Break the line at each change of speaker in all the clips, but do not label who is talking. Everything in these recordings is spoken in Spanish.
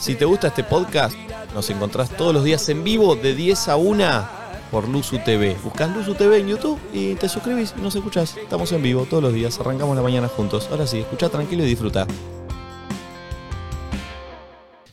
Si te gusta este podcast, nos encontrás todos los días en vivo de 10 a 1 por Luzu TV. Buscás Luzu TV en YouTube y te suscribís y nos escuchás. Estamos en vivo todos los días, arrancamos la mañana juntos. Ahora sí, escucha tranquilo y disfruta.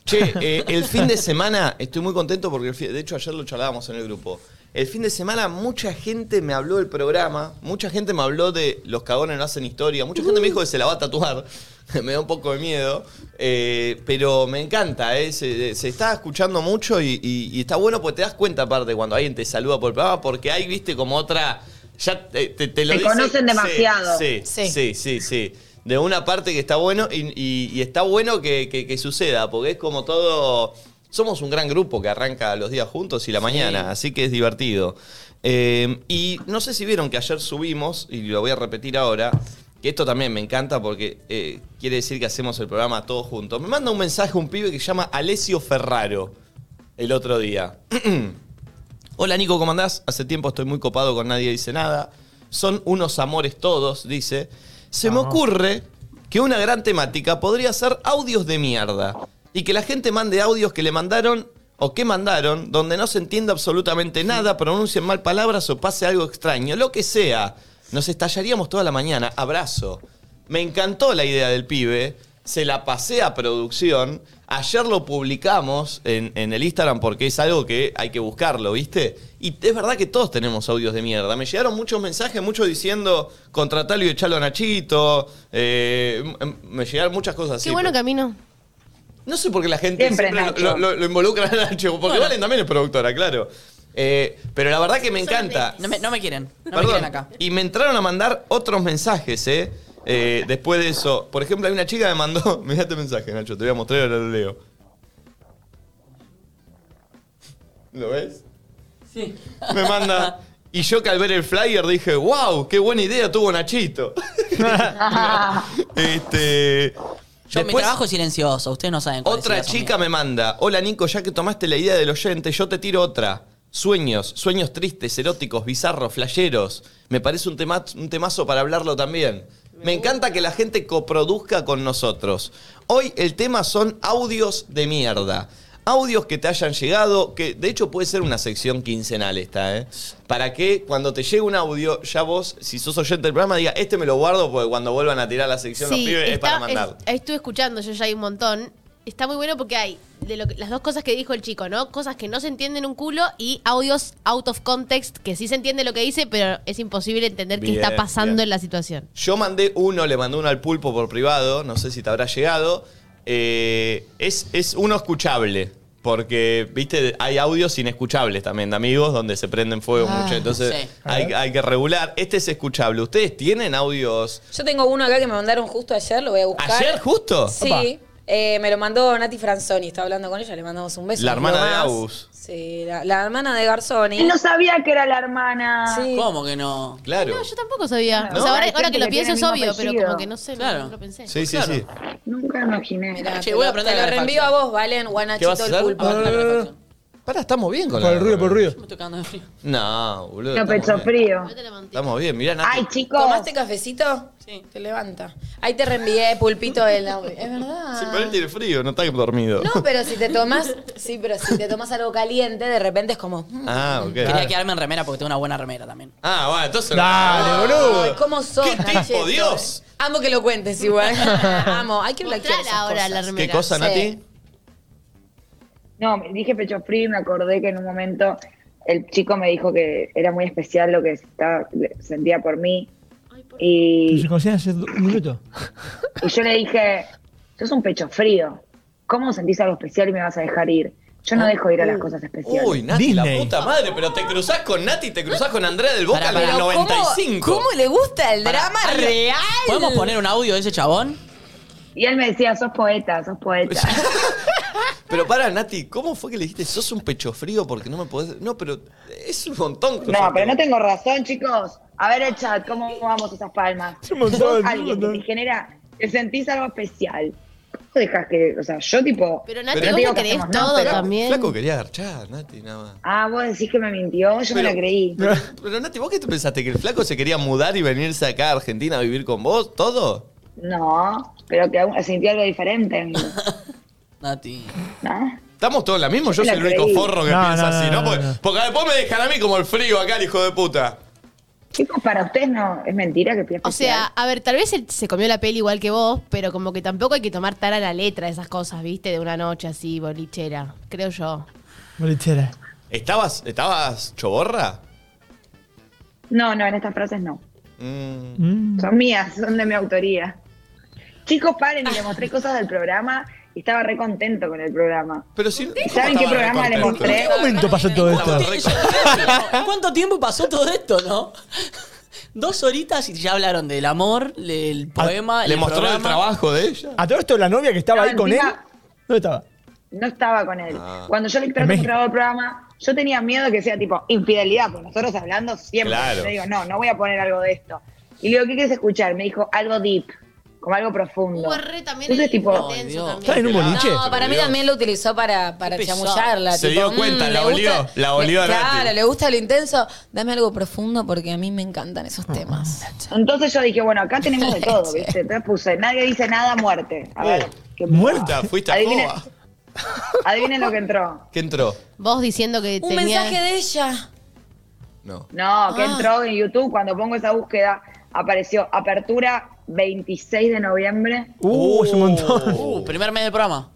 Che, eh, el fin de semana estoy muy contento porque, el fi- de hecho, ayer lo charlábamos en el grupo. El fin de semana mucha gente me habló del programa, mucha gente me habló de los cagones no hacen historia, mucha gente me dijo que se la va a tatuar, me da un poco de miedo, eh, pero me encanta, eh, se, se está escuchando mucho y, y- y está bueno porque te das cuenta aparte cuando alguien te saluda por el programa, porque hay, viste, como otra... Ya te, te- te lo
Te
dice-
conocen
sí,
demasiado.
sí,
Sí.
sí, sí, sí. De una parte que está bueno y, y- y está bueno que, que- que suceda, porque es como todo... Somos un gran grupo que arranca los días juntos y la mañana, así que es divertido. Eh, y no sé si vieron que ayer subimos, y lo voy a repetir ahora, que esto también me encanta porque eh, quiere decir que hacemos el programa todos juntos. Me manda un mensaje un pibe que se llama Alessio Ferraro el otro día. Hola Nico, ¿cómo andás? Hace tiempo estoy muy copado con nadie dice nada. Son unos amores todos, dice. Se me ocurre que una gran temática podría ser audios de mierda. Y que la gente mande audios que le mandaron o que mandaron, donde no se entienda absolutamente nada, pronuncien mal palabras o pase algo extraño, lo que sea. Nos estallaríamos toda la mañana. Abrazo. Me encantó la idea del pibe. Se la pasé a producción. Ayer lo publicamos en, en el Instagram porque es algo que hay que buscarlo, ¿viste? Y es verdad que todos tenemos audios de mierda. Me llegaron muchos mensajes, muchos diciendo contratalo y echalo a Nachito. eh, m- m- me llegaron muchas cosas así.
Qué bueno
pero-
camino.
No sé por qué la gente
Siempre
siempre,
Nacho.
lo, lo- lo involucra a Nacho, porque Valen también es productora, claro. Eh, pero la verdad que me encanta.
No me, no me quieren. No me
Perdón.
quieren acá.
Y me entraron a mandar otros mensajes, ¿eh? Eh, después de eso. Por ejemplo, hay una chica que me mandó. Mirá este mensaje, Nacho, te voy a mostrar y ahora lo leo. ¿Lo ves?
Sí.
Me manda. Y yo que al ver el flyer dije, wow, qué buena idea tuvo Nachito. este.
Yo, mi
después-
trabajo es silencioso. Ustedes no saben cuál es
otra
la
chica
mía.
me manda, hola Nico, ya que tomaste la idea del oyente, yo te tiro otra. Sueños, sueños tristes, eróticos, bizarros, flayeros. Me parece un, tema, un temazo para hablarlo también. Me encanta que la gente coproduzca con nosotros. Hoy el tema son audios de mierda. Audios que te hayan llegado, que de hecho puede ser una sección quincenal esta, ¿eh? Para que cuando te llegue un audio, ya vos, si sos oyente del programa, diga, este me lo guardo porque cuando vuelvan a tirar la sección los pibes es para
es-
mandar.
estuve escuchando, yo ya hay un montón. Está muy bueno porque hay de lo que- las dos cosas que dijo el chico, ¿no? Cosas que no se entienden un culo y audios out of context, que sí se entiende lo que dice, pero es imposible entender qué
Bien,
está pasando
bien.
en la situación.
Yo mandé uno, le mandé uno al pulpo por privado, no sé si te habrá llegado. Eh, es, es uno escuchable, porque, viste, hay audios inescuchables también de amigos donde se prenden fuego
Ah,
mucho, entonces
sí.
hay, hay que regular. Este es escuchable. ¿Ustedes tienen audios
Yo tengo uno acá que me mandaron justo ayer, lo voy a buscar.
ayer justo?
Sí. Eh, me lo mandó Nati Franzoni, estaba hablando con ella, le mandamos un beso.
La
es lo
hermana de
más.
Agus.
Sí, la, la hermana de Garzoni.
Él no sabía que era la hermana.
Sí.
¿Cómo que no?
Claro.
Ah. No, yo tampoco sabía.
Claro.
O sea, ahora,
Hay
ahora
gente
que lo
que
pienso
tiene el
es
mismo
obvio, pero
apellido.
como que no sé, no-
Claro.
no lo pensé.
Sí, sí,
Claro.
sí.
Nunca imaginé.
Pues Mirá,
Che,
te
voy a
lo-
aprender
Te
la
lo
calefacción.
reenvío a vos, Valen,
¿Qué
Guanachito
vas a
el
hacer?
pulpo.
Ah, la calefacción.
Pará, estamos bien con
Por
la-
el ruido, por el ruido.
Me estoy cagando de frío.
No, boludo.
No, pecho
estamos, bien.
frío.
Yo te la mentí.
estamos bien, mirá, Nati.
Ay, chicos.
¿Tomaste cafecito?
Sí.
Te levanta. Ahí te reenvié pulpito del audio. Es verdad.
Sí,
Ah.
pero él tiene frío, no está dormido.
No, pero si te tomas, sí, pero si te tomas algo caliente, de repente es como. mm,
Ah, ok.
Quería quedarme en remera porque tengo una buena remera también.
Ah, bueno, entonces.
Dale,
Ah,
boludo.
ay, ¿Cómo sos?
¿Qué
Nachi,
tipo,
esto,
Dios?
eh? Amo que lo cuentes igual. Amo. Hay que blanquear
Mostrala
esas
ahora la
cosas.
remera.
¿Qué cosa,
Sí.
Nati?
No, me- dije pecho frío y me acordé que en un momento el chico me dijo que era muy especial lo que estaba- le- sentía por mí.
Y se
Y,
conocían hace do- un minuto.
y yo le dije, sos un pecho frío. ¿Cómo sentís algo especial y me vas a dejar ir? Yo no dejo ir a las cosas especiales.
Uy, Nati, la
Disney.
puta madre, pero te cruzás con Nati y te cruzás con Andrea del Boca
Pará,
en el
pará.
Pero
95.
¿cómo, cómo le gusta el
Pará,
drama
¿alguien-
real?
¿Podemos poner un audio de ese chabón?
Y él me decía, sos poeta, sos poeta.
Pero para, Nati, ¿cómo fue que le dijiste sos un pecho frío porque no me podés.? No, pero es un montón.
No, pero no tengo razón, chicos. A ver el chat, ¿cómo vamos esas palmas?
Es un montón,
Sos alguien
un
que
montón.
te genera, que sentís algo especial. ¿Cómo dejas que, o sea, yo tipo...
Pero
no
Nati,
te
vos
digo
te
que
crees
hacemos, no,
todo
pero-
también.
Flaco quería garchar, Nati, nada más.
Ah, vos decís que me mintió, yo me la creí.
Pero, pero, Nati, ¿vos qué te pensaste? ¿Que el flaco se quería mudar y venirse acá a Argentina a vivir con vos? ¿Todo?
No, pero que aún sentí algo diferente. amigo.
Nati.
¿no?
Estamos todos en la misma, yo
Me
soy
la
el único
creí.
forro que
No,
piensa
no, no,
así, ¿no?
no,
Porque,
no.
porque después me dejan a mí como el frío acá, el hijo de puta.
Chicos, para ustedes no, es mentira que pida
O sea,
especial.
a ver, tal vez él se comió la peli igual que vos, pero como que tampoco hay que tomar tan a la letra esas cosas, ¿viste? De una noche así, bolichera, creo yo.
Bolichera.
¿Estabas, estabas choborra?
No, no, en estas frases no.
Mm.
Mm.
Son mías, son de mi autoría. Chicos, paren, y le mostré cosas del programa y estaba re contento con el programa.
Pero si, ¿cómo
¿Saben qué
estaba
programa les
recontento?
mostré?
¿En qué momento pasó todo
Estaba
esto?
re-
¿Cuánto tiempo pasó todo esto, no? Dos horitas y ya hablaron del amor, del poema.
Ah, ¿Le
el
mostró el
programa.
trabajo de ella?
¿A todo esto la novia que estaba
No,
ahí con él?
encima-
¿Dónde estaba?
No estaba con él.
Ah.
Cuando yo le traté
En
un
México.
grabado el programa, yo tenía miedo que sea tipo infidelidad, con nosotros hablando siempre.
Claro.
Yo digo, no, no voy a poner algo de esto. Y le digo, ¿qué quieres escuchar? Me dijo, algo deep, como algo profundo.
Hubo re también
Entonces,
el
tipo,
intenso
Ay, Dios.
también.
¿Estaba en un boliche?
No, para mí
Dios.
también lo utilizó para, para
Qué pesado.
chamullarla.
Se dio cuenta,
mm,
la
le gusta-
olió, la olió a
le-
Nati.
Claro, le gusta lo intenso. Dame algo profundo porque a mí me encantan esos temas.
entonces yo dije, bueno, acá tenemos de todo, ¿viste? Entonces puse, nadie dice nada, muerte. A ver. ¿qué-
Muerta.
Puta, Fuiste a
Adivinen-
Coba.
Adivinen lo que entró.
¿Qué entró?
Vos diciendo que
Un
tenía-
mensaje de ella.
No.
No, que
Ah.
entró en YouTube, cuando pongo esa búsqueda, apareció apertura 26 de noviembre.
Uh, es un montón.
Uh, primer mes del programa.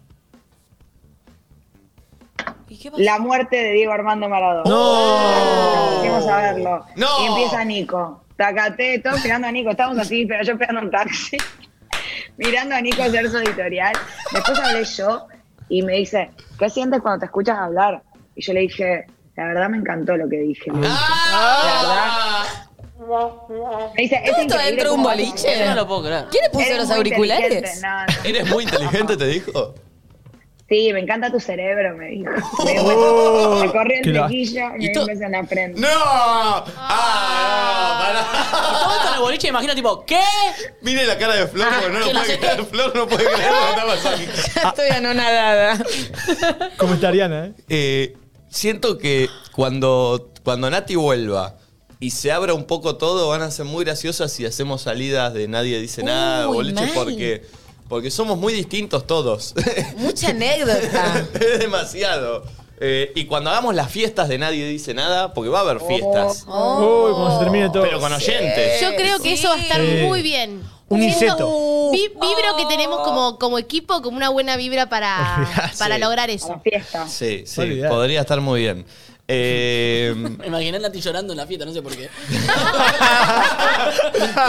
¿Y qué
La muerte de Diego Armando Maradona.
¡No!
Fuimos a verlo.
¡No!
Y empieza Nico. Tacate, todos esperando a Nico. Estábamos así, pero yo esperando un taxi. Mirando a Nico hacer su editorial. Después hablé yo y me dice, ¿qué sientes cuando te escuchas hablar? Y yo le dije, la verdad me encantó lo que dije. Me dice.
¡Ah!
Me dice, es
¿Todo esto
increíble
dentro de un
cómo vas a-
boliche?
Yo no lo puedo creer.
¿Quién le puso
Eres
los
muy
auriculares?
inteligente. No, no.
¿Eres muy inteligente, te dijo?
Sí, me encanta tu cerebro, me dijo. Me,
Oh,
me corrí
qué
el
la-
flequillo y
¿Y
me
tú-
dio un beso en la frente.
¡No! ¡Ah!
Y todo esto en el boliche, imagino, tipo, ¿qué? Ah,
Pará. Mire la cara de Flor, porque no lo
que no
puede
sé
creer. Flor no puede creer lo que está pasando.
Estoy anonadada.
¿Cómo está Ariana, eh?
Eh, siento que cuando, cuando Nati vuelva y se abra un poco todo, van a ser muy graciosas si hacemos salidas de nadie dice nada,
Uy,
boliche,
mal.
porque, porque somos muy distintos todos.
Mucha anécdota.
es demasiado. Eh, y cuando hagamos las fiestas de nadie dice nada, porque va a haber fiestas.
Oh. Uy, cómo se termina todo.
Pero con oyentes.
Eh,
Yo creo que eso va a estar
Sí.
muy bien.
Un inseto.
Vi- vibro que tenemos como, como equipo, como una buena vibra para,
Olvidate.
para lograr
A
eso.
la fiesta.
Sí, sí,
Olvidate.
podría estar muy bien. Eh,
Me imaginé a Nati llorando en la fiesta, no sé por qué.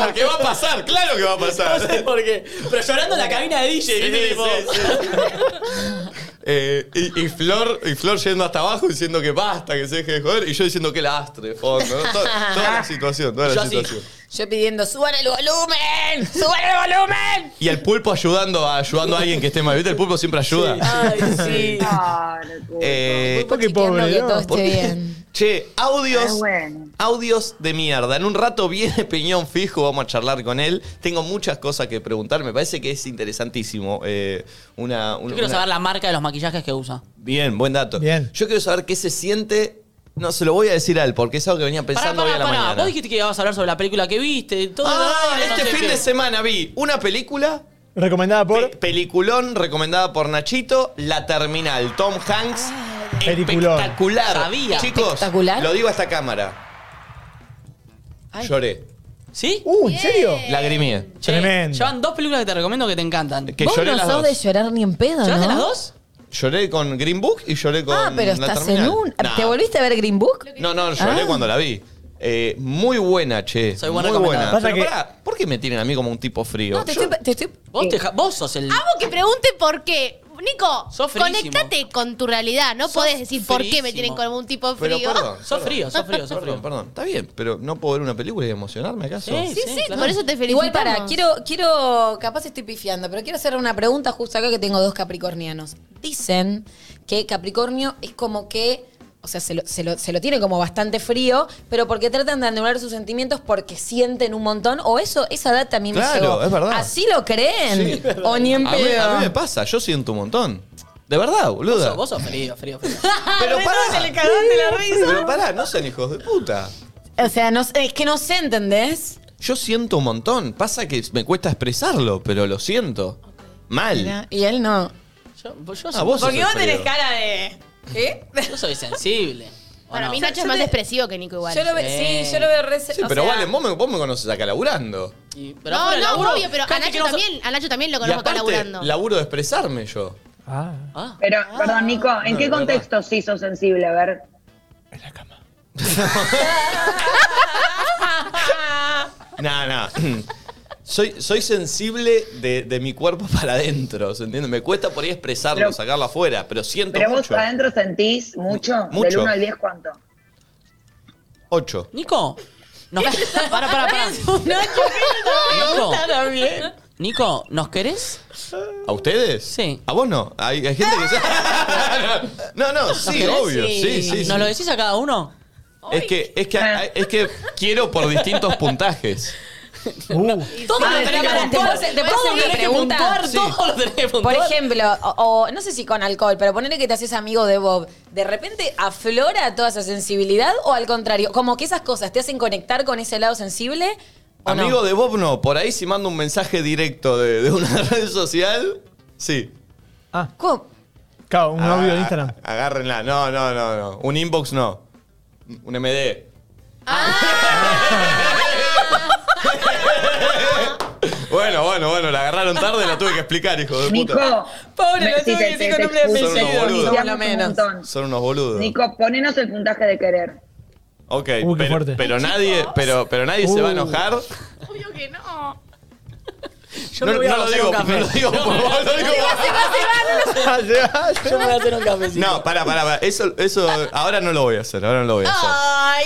porque Ah, va a pasar, claro que va a
No
pasar.
sé por qué. Pero llorando en la cabina de DJ,
Sí,
¿viste?
sí,
Tipo,
sí. Eh, y, y Flor, y Flor yendo hasta abajo diciendo que basta, que se deje de joder, y yo diciendo que la astre de fondo. ¿no? To- Toda, la situación, toda
Yo
la
así.
situación.
Yo pidiendo, suban el volumen, suban el volumen.
Y el pulpo ayudando a, ayudando a alguien que esté mal. ¿Viste? El pulpo siempre ayuda.
Ay, sí.
Ah, locura.
Eh,
Porque
Chequeando
Ah, pobre,
que
¿no?
todo esté
porque-
bien.
Che, audios.
Ay, bueno.
Audios de mierda. En un rato viene Peñón Fijo, vamos a charlar con él. Tengo muchas cosas que preguntar. Me parece que es interesantísimo. eh, una, un-
Yo quiero
una-
saber la marca de los maquillajes que usa.
Bien, buen dato.
Bien.
Yo quiero saber qué se siente. No, se lo voy a decir a él, porque es algo que venía
Pará,
pensando hoy
pará,
a la
pará.
mañana.
Vos dijiste que ibas a hablar sobre la película que viste. Todo
Ah,
Ay, no
este
sé
fin
qué.
de semana vi una película,
Recomendada por.
pe- peliculón recomendada por Nachito, La Terminal, Tom Hanks.
Ah. Peliculón.
Espectacular.
Sabía.
Chicos,
Espectacular.
lo digo a esta cámara.
Ay.
Lloré.
¿Sí?
Uh, ¿en serio?
Lagrimié.
Eh, Che,
Tremendo.
Llevan dos películas que te recomiendo que te encantan.
Que
Vos
lloré
no
las
sos
dos.
de llorar ni en pedo,
¿Llevaste
¿no?
las dos?
Lloré con Green Book y lloré con
ah, pero
La
estás en
Terminal.
un...
Nah.
¿Te volviste a ver Green Book?
No, no, lloré
Ah.
cuando la vi. Eh, muy buena, che.
Soy buen
muy buena.
recomendado.
Pasa
Pero
que-
pará, ¿por qué me tienen a mí como un tipo frío?
No, te
Yo-
estoy, te estoy-
Vos, te ja- vos sos el...
Amo que pregunte por qué. Nico,
Sos frísimo.
conéctate con tu realidad. No
Sos
podés decir por qué me
frísimo.
tienen como un tipo
Pero
frío.
perdón.
Sos frío, sos frío, sos
Perdón,
frío.
perdón. Está bien, pero no puedo ver una película y emocionarme acaso.
Sí, sí,
Sí, claro.
por eso te felicito.
Igual para, quiero, quiero, capaz estoy pifiando, pero quiero hacer una pregunta justo acá que tengo dos capricornianos. Dicen que Capricornio es como que, o sea, se lo, se lo- se lo tiene como bastante frío, pero porque tratan de anular sus sentimientos porque sienten un montón, o eso, esa data a mí me
Claro,
llegó.
es verdad.
¿Así lo creen? o ni en
A mí,
pedo.
a mí me pasa, yo siento un montón. De verdad,
Vos
boluda.
sos- Vos sos frío, frío, frío.
Ah,
Pero pará.
le cagaron de la risa.
Pero pará, no sean hijos de puta.
O sea, no, es que no sé, ¿entendés?
Yo siento un montón. Pasa que me cuesta expresarlo, pero lo siento. Mal.
Y él no.
Yo, pues yo
Ah,
soy,
vos sos
Porque vos
el
tenés
frío.
cara de.
¿eh?
¿Qué?
yo soy sensible. ¿o
Para
no?
mí
Yo-
Nacho
yo
es más
te-
expresivo que Nico igual.
Yo lo veo, sí, yo lo veo re.
Sí,
o
pero
sea,
Valen, vos me, vos me conocés acá laburando.
Y- pero
no,
afuera del
no,
laburo,
obvio, pero a
gente que
Nacho,
no so-
también, a Nacho también lo
Y
conozco acá
aparte,
laburando.
laburo de expresarme yo.
Ah,
Ah,
Pero, perdón, Nico, ¿en
No,
qué
de verdad.
contexto sí sos sensible? A ver.
en la cama.
No, no. Soy, soy sensible de, de mi cuerpo para adentro, ¿se entiende? Me cuesta por ahí expresarlo,
Pero-
sacarlo afuera, pero siento
Pero vos
mucho.
adentro sentís mucho, del
Mucho.
1 al 10, ¿cuánto?
Ocho.
Nico. Nos... para, para, para. Nico. Nico, ¿nos querés?
¿A ustedes?
Sí.
¿A vos no? Hay, hay gente que se... No, no, sí,
¿Nos querés?
obvio. Sí, sí, sí.
¿Nos lo decís a cada uno?
Es que, es que, es que quiero por distintos puntajes.
Uh,
Todo
Ah,
pero
sí,
pará,
sí.
¿te puedo hacer- te puedo hacer una pregunta?
Puntuar, todo lo tenés que
Por
puntuar.
ejemplo, o, o no sé si con alcohol, pero ponele que te haces amigo de Bob. ¿De repente aflora toda esa sensibilidad o al contrario? Como que esas cosas te hacen conectar con ese lado sensible. ¿o no?
Amigo de Bob no, por ahí si mando un mensaje directo de, de una red social, sí.
ah,
¿Cómo?
claro, un audio de
Ah,
Instagram.
Agárrenla, no, no, no, no. Un inbox no. Un MD. bueno, bueno, bueno, la agarraron tarde, la tuve que explicar, hijo de
Nico,
puta.
Pobre, lo
me-
tuve que decir con nombre y
expulso,
apellido. Son
te
unos
expulsamos
boludos.
un montón.
Son unos boludos.
Nico, ponenos el puntaje de querer.
Ok,
Uy, qué
pero,
fuerte.
pero nadie, pero, pero nadie se va a enojar.
Obvio que no.
Yo
no,
me voy a
no lo
hacer
digo,
un café.
no lo digo por vos, lo digo por vos.
Yo me voy a hacer un cafecito.
No, pará, pará, pará. Eso, eso, ahora no lo voy a hacer, ahora no lo voy a hacer.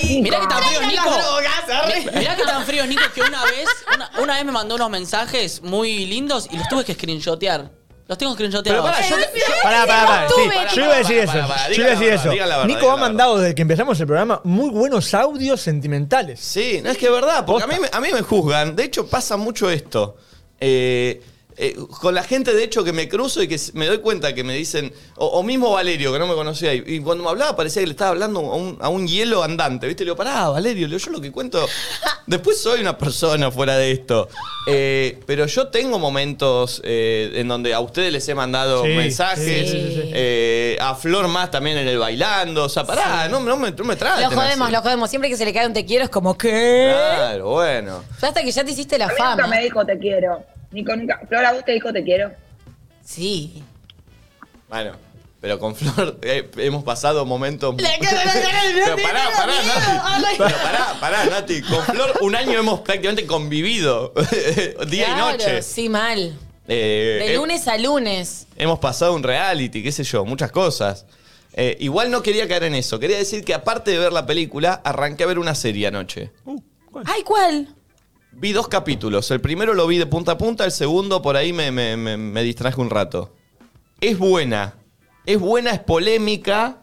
Ay.
Mirá que tan frío, Nico.
arre.
Mi- Mirá que tan frío, Nico, que una vez, una, una vez me mandó unos mensajes muy lindos y los tuve que screenshotear. Los tengo screenshoteados.
Pero pará, yo,
Pará, pará, pará.
Yo
Sí,
estuve,
yo iba a decir eso.
Ah, Pará, pará,
yo
diga la
iba a decir
verdad,
eso.
diga la verdad,
Nico
diga
ha
la
mandado desde que empezamos el programa muy buenos audios sentimentales.
Sí, no es que es verdad, porque a mí, me- a mí me juzgan. De hecho, pasa mucho esto. Eh, eh, con la gente, de hecho, que me cruzo y que s- me doy cuenta que me dicen, o, o mismo Valerio, que no me conocía, y, y cuando me hablaba parecía que le estaba hablando a un, a un hielo andante, ¿viste? Le digo, pará, Valerio, le digo, yo lo que cuento, después soy una persona fuera de esto. Eh, pero yo tengo momentos eh, en donde a ustedes les he mandado
Sí,
mensajes,
sí, sí, sí, sí.
eh, a Flor más también en el bailando, o sea, pará, no, no me, no me traten
Lo jodemos,
así.
lo jodemos. Siempre que se le cae un te quiero es como, ¿qué?
Claro, bueno.
Hasta que ya te hiciste la
A mí nunca
fama.
me dijo te quiero. Nico nunca. Flora, ¿vos te dijo te quiero?
Sí.
Bueno, pero con Flor eh, hemos pasado momentos. pero pará, pará, Nati. Pero pará, pará, Nati. Con Flor un año hemos prácticamente convivido. día
Claro,
y noche.
Sí, mal.
Eh,
De
eh,
lunes a lunes.
hemos pasado un reality, qué sé yo, muchas cosas. Eh, igual no quería caer en eso. Quería decir que aparte de ver la película, arranqué a ver una serie anoche.
Ay, ¿cuál?
Vi dos capítulos. El primero lo vi de punta a punta, el segundo por ahí me, me- me- me distraje un rato. Es buena. Es buena, es polémica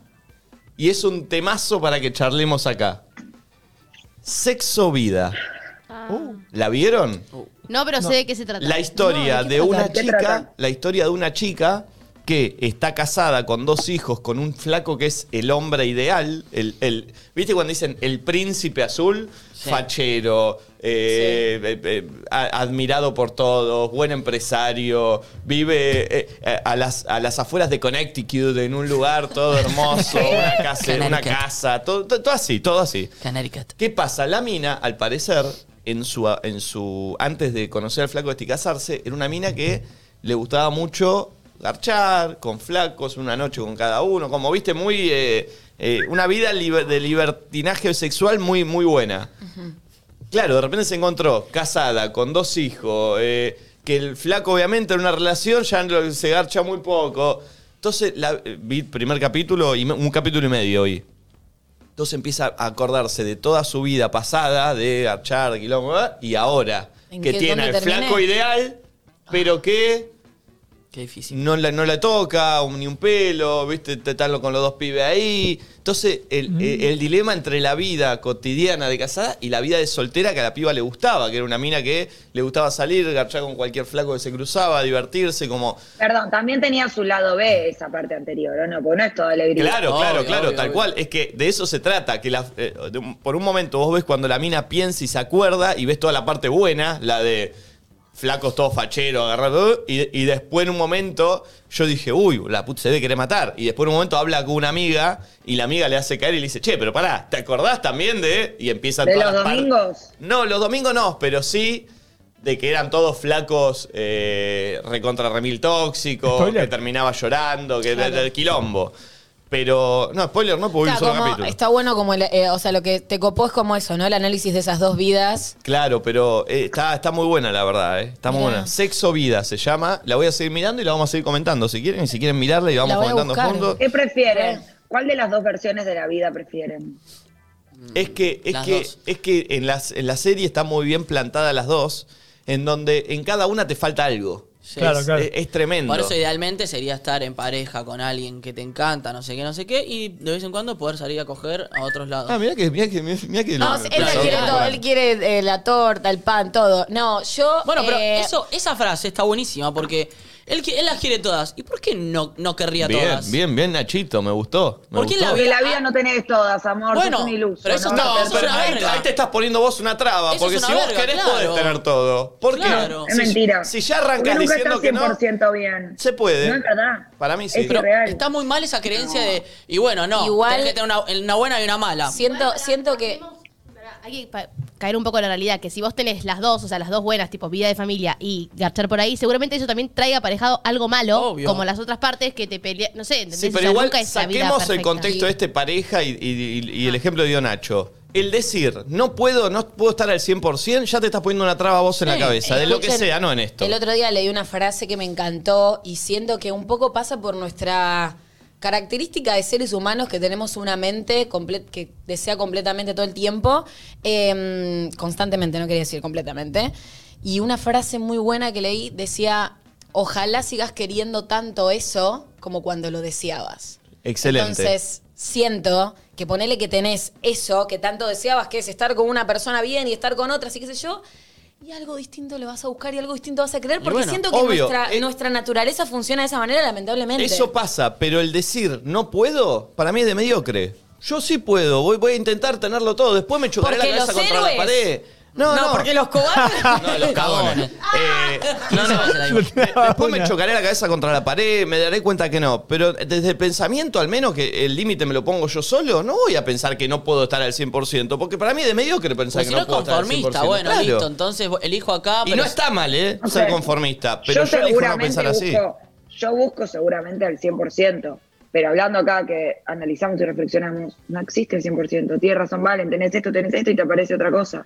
y es un temazo para que charlemos acá. Sexo vida. ¿La vieron?
No, pero sé de qué se trata.
Uh. La historia de una
¿De qué
chica,
trata?
la historia de una chica que está casada con dos hijos, con un flaco que es el hombre ideal, el, el- ¿viste cuando dicen el príncipe azul? Fachero, eh, eh, eh, a- admirado por todos, buen empresario, vive eh, eh, a, las, a las afueras de Connecticut, en un lugar todo hermoso, una casa, una
Connecticut.
casa todo- todo- todo así, todo así.
Connecticut.
¿Qué pasa? La mina, al parecer, en su, en su antes de conocer al flaco este y casarse, era una mina que le gustaba mucho garchar con flacos, una noche con cada uno, como viste, muy eh, eh, una vida liber- de libertinaje sexual muy, muy buena. Claro, de repente se encontró casada, con dos hijos, eh, que el flaco obviamente en una relación ya lo- se garcha muy poco. Entonces, la, eh, vi primer capítulo, y me- un capítulo y medio hoy. Entonces empieza a acordarse de toda su vida pasada, de garchar, de quilombo, ¿verdad? y ahora,
¿En
que
qué-
tiene al
dónde terminé?
flaco ideal, pero que
Qué difícil.
no la, no la toca un- ni un pelo, ¿viste? Tal con los dos pibes ahí. Entonces, el,
Mm.
el- el dilema entre la vida cotidiana de casada y la vida de soltera que a la piba le gustaba, que era una mina que le gustaba salir, garchar con cualquier flaco que se cruzaba, divertirse, como.
Perdón, también tenía su lado B esa parte anterior, ¿o no? Porque no es toda alegría.
Claro,
Obvio,
claro, claro,
obvio,
tal
obvio.
cual. Es que de eso se trata, que la- eh, de un- por un momento vos ves cuando la mina piensa y se acuerda y ves toda la parte buena, la de flacos todos facheros, agarrados. Y, y después en un momento yo dije, uy, la puta se debe querer matar. Y después en un momento habla con una amiga y la amiga le hace caer y le dice, che, pero pará, ¿te acordás también de...? Y empiezan
¿De
todas
los
las par-
domingos?
No, los domingos no, pero sí de que eran todos flacos eh, recontra remil tóxicos,
Spoiler.
que terminaba llorando, que era el quilombo. Pero, no, spoiler no, porque vi
Está,
un solo
como-
capítulo.
está bueno como, el- eh, o sea, lo que te copó es como eso, ¿no? El análisis de esas dos vidas.
Claro, pero eh, está, está muy buena, la verdad. eh. Está muy
Mirá.
buena. Sexo Vida se llama. La voy a seguir mirando y la vamos a seguir comentando. Si quieren, y si quieren mirarla y vamos
La voy a
comentando
buscar.
juntos.
¿Qué prefieren? ¿Cuál de las dos versiones de la vida prefieren?
Es que, es
Las
que,
dos.
es que en, las, en la serie está muy bien plantada las dos, en donde en cada una te falta algo.
Sí.
Claro,
es,
claro.
es- es tremendo.
Por eso idealmente sería estar en pareja con alguien que te encanta, no sé qué, no sé qué, y de vez en cuando poder salir a coger a otros lados.
Ah, mirá que, mirá que, mirá que
No,
lo-
él la
lo-
quiere todo, él quiere eh, la torta, el pan, todo. No, yo.
bueno, pero
eh,
eso, esa frase está buenísima porque él, qui- él las quiere todas. ¿Y por qué no, no querría
Bien,
todas?
bien, bien, Nachito, me gustó. me
¿Por qué
gustó.
la
Porque la vida
Ah.
no tenés todas, amor.
Bueno,
sos un iluso,
pero eso
¿no?
está-
No,
Eso es
pero
una
ahí,
verga.
ahí te estás poniendo vos una traba,
Eso
porque
es
si
una
vos
verga,
querés
claro.
podés tener todo. ¿Por qué?
Claro.
Es
Si-
mentira.
Si ya arrancas
Porque nunca
diciendo
estás
que no,
100% bien.
se puede.
No es verdad.
Para mí sí.
Es
Pero-
irreal.
Está muy mal esa creencia de. Y bueno, no.
Igual-
tenés que tener una, una buena y una
Ah.
mala.
Siento,
Igual, pará,
siento que.
paremos, pará, Hay que pa- caer un poco en la realidad, que si vos tenés las dos, o sea, las dos buenas, tipo vida de familia y garchar por ahí, seguramente eso también traiga aparejado algo malo,
Obvio.
como las otras partes que te pelean, no sé, ¿entendés?
Sí,
O
pero
sea,
igual
nunca es la vida
saquemos el
perfecta.
contexto de este pareja y, y- y- y el ejemplo de Nacho. El decir, no puedo, no puedo estar al 100%, ya te estás poniendo una traba vos en la
Sí,
cabeza, de lo que
Escuchen,
sea, no en esto.
El otro día leí una frase que me encantó y siento que un poco pasa por nuestra característica de seres humanos que tenemos una mente comple- que desea completamente todo el tiempo, eh, constantemente, no quería decir completamente. Y una frase muy buena que leí decía, ojalá sigas queriendo tanto eso como cuando lo deseabas.
Excelente.
Entonces, siento que ponele que tenés eso que tanto deseabas, que es estar con una persona bien y estar con otra, así que sé yo, y algo distinto le vas a buscar y algo distinto vas a querer,
Y
porque
bueno,
siento que
obvio,
nuestra,
eh,
nuestra naturaleza funciona de esa manera, lamentablemente.
Eso pasa, pero el decir no puedo, para mí es de mediocre. Yo sí puedo, voy, voy a intentar tenerlo todo. Después me chocaré la
Porque
cabeza
los
contra la
héroes-
pared. No, no,
porque los cobardes.
No, los cagones. Eh, no, no. Después me chocaré la cabeza contra la pared, me daré cuenta que no. Pero desde el pensamiento, al menos que el límite me lo pongo yo solo, no voy a pensar que no puedo estar al 100%, porque para mí es de mediocre pensar que
Pues si
no,
no es
puedo estar al 100%.
conformista, bueno,
Claro.
listo. Entonces elijo acá.
Y
pero-
no está mal, ¿eh?
O
Ser
sea,
conformista. Pero yo, elijo no pensar así.
busco, yo busco seguramente el 100%, pero hablando acá que analizamos y reflexionamos, no existe el 100%. Tienes razón, Valen, tenés esto, tenés esto y te aparece otra cosa.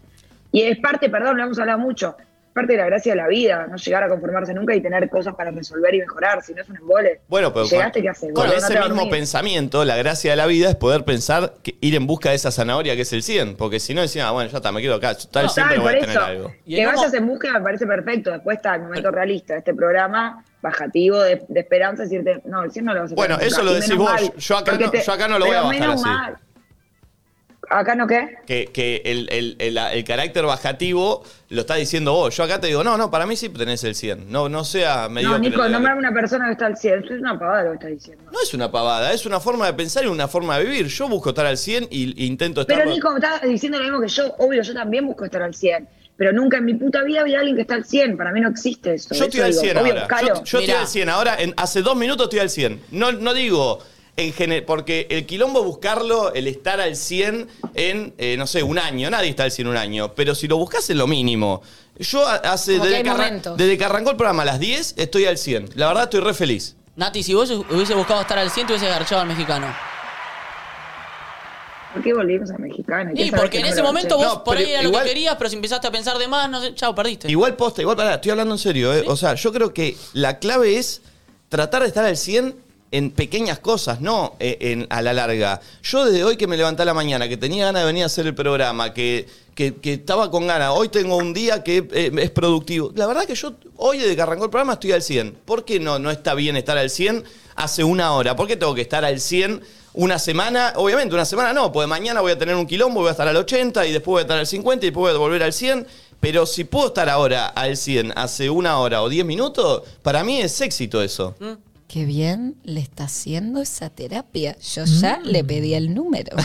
Y es parte, perdón, lo hemos hablado mucho, es parte de la gracia de la vida, no llegar a conformarse nunca y tener cosas para resolver y mejorar, si no es un embole.
Bueno, pero
Llegaste,
con,
¿qué haces?
con
Bueno, no
ese
te
mismo
dormís.
pensamiento, la gracia de la vida es poder pensar, que ir en busca de esa zanahoria que es el 100. Porque si no, decían, ah, bueno, ya está, me quedo acá. Tal, siempre
Tal,
voy
por
a tener
eso.
algo.
Y
Que
en un
vayas
mo-
en busca me parece perfecto. Después está el momento realista de este programa, bajativo, de, de esperanza, decirte, no, el 100 no lo vas a
Bueno,
tener
eso lo
nunca. Y
decís
menos
vos. Yo acá
porque
no- yo acá no lo voy
pero
a bajar
menos
así.
mal. ¿Acá no qué?
Que, que el, el- el- el carácter bajativo lo está diciendo vos. Yo acá te digo, no, no, para mí sí tenés el 100. No, no sea medio.
No, Nico, nombrame una persona que está al 100. Eso es una pavada lo que estás diciendo.
No es una pavada, es una forma de pensar y una forma de vivir. Yo busco estar al 100 y, y intento estar.
Pero Nico, estás diciendo lo mismo que yo. Obvio, yo también busco estar al 100. Pero nunca en mi puta vida vi a alguien que está al 100. Para mí no existe eso.
yo estoy
Eso
al
digo,
100
obvio,
ahora.
buscalo.
Yo, yo estoy
Mirá.
al 100 ahora. en- hace dos minutos estoy al 100. No, no digo. En gene- porque el quilombo buscarlo, el estar al 100 en, eh, no sé, un año. Nadie está al 100 un año. Pero si lo buscas en lo mínimo. Yo a- hace
Como que
desde
hay
que, arran-
momentos.
desde que arrancó el programa a las 10 estoy al 100. La verdad estoy re feliz.
Nati, si vos hubiese buscado estar al 100, hubiese garchado al mexicano.
¿Por qué volvimos a Mexicana? ¿Qué
Y
sabes
porque
que
en
no
ese
lo
momento
sé?
vos
No,
por
pero
ahí era
igual-
lo que querías, pero si empezaste a pensar de más, no sé, chao, perdiste.
Igual posta, igual pará, estoy hablando en serio, ¿eh? O sea, yo creo que la clave es tratar de estar al 100 en pequeñas cosas, no eh, en, a la larga. Yo desde hoy que me levanté a la mañana, que tenía ganas de venir a hacer el programa, que, que, que estaba con ganas, hoy tengo un día que eh, es productivo. La verdad que yo hoy desde que arrancó el programa estoy al 100. ¿Por qué no, no está bien estar al 100 hace una hora? ¿Por qué tengo que estar al 100 una semana, obviamente una semana no, porque mañana voy a tener un quilombo, voy a estar al 80 y después voy a estar al 50 y después voy a volver al 100. Pero si puedo estar ahora al 100 hace una hora o 10 minutos, para mí es éxito eso.
Qué bien le está haciendo esa terapia. Yo
Mm.
ya le pedí el número.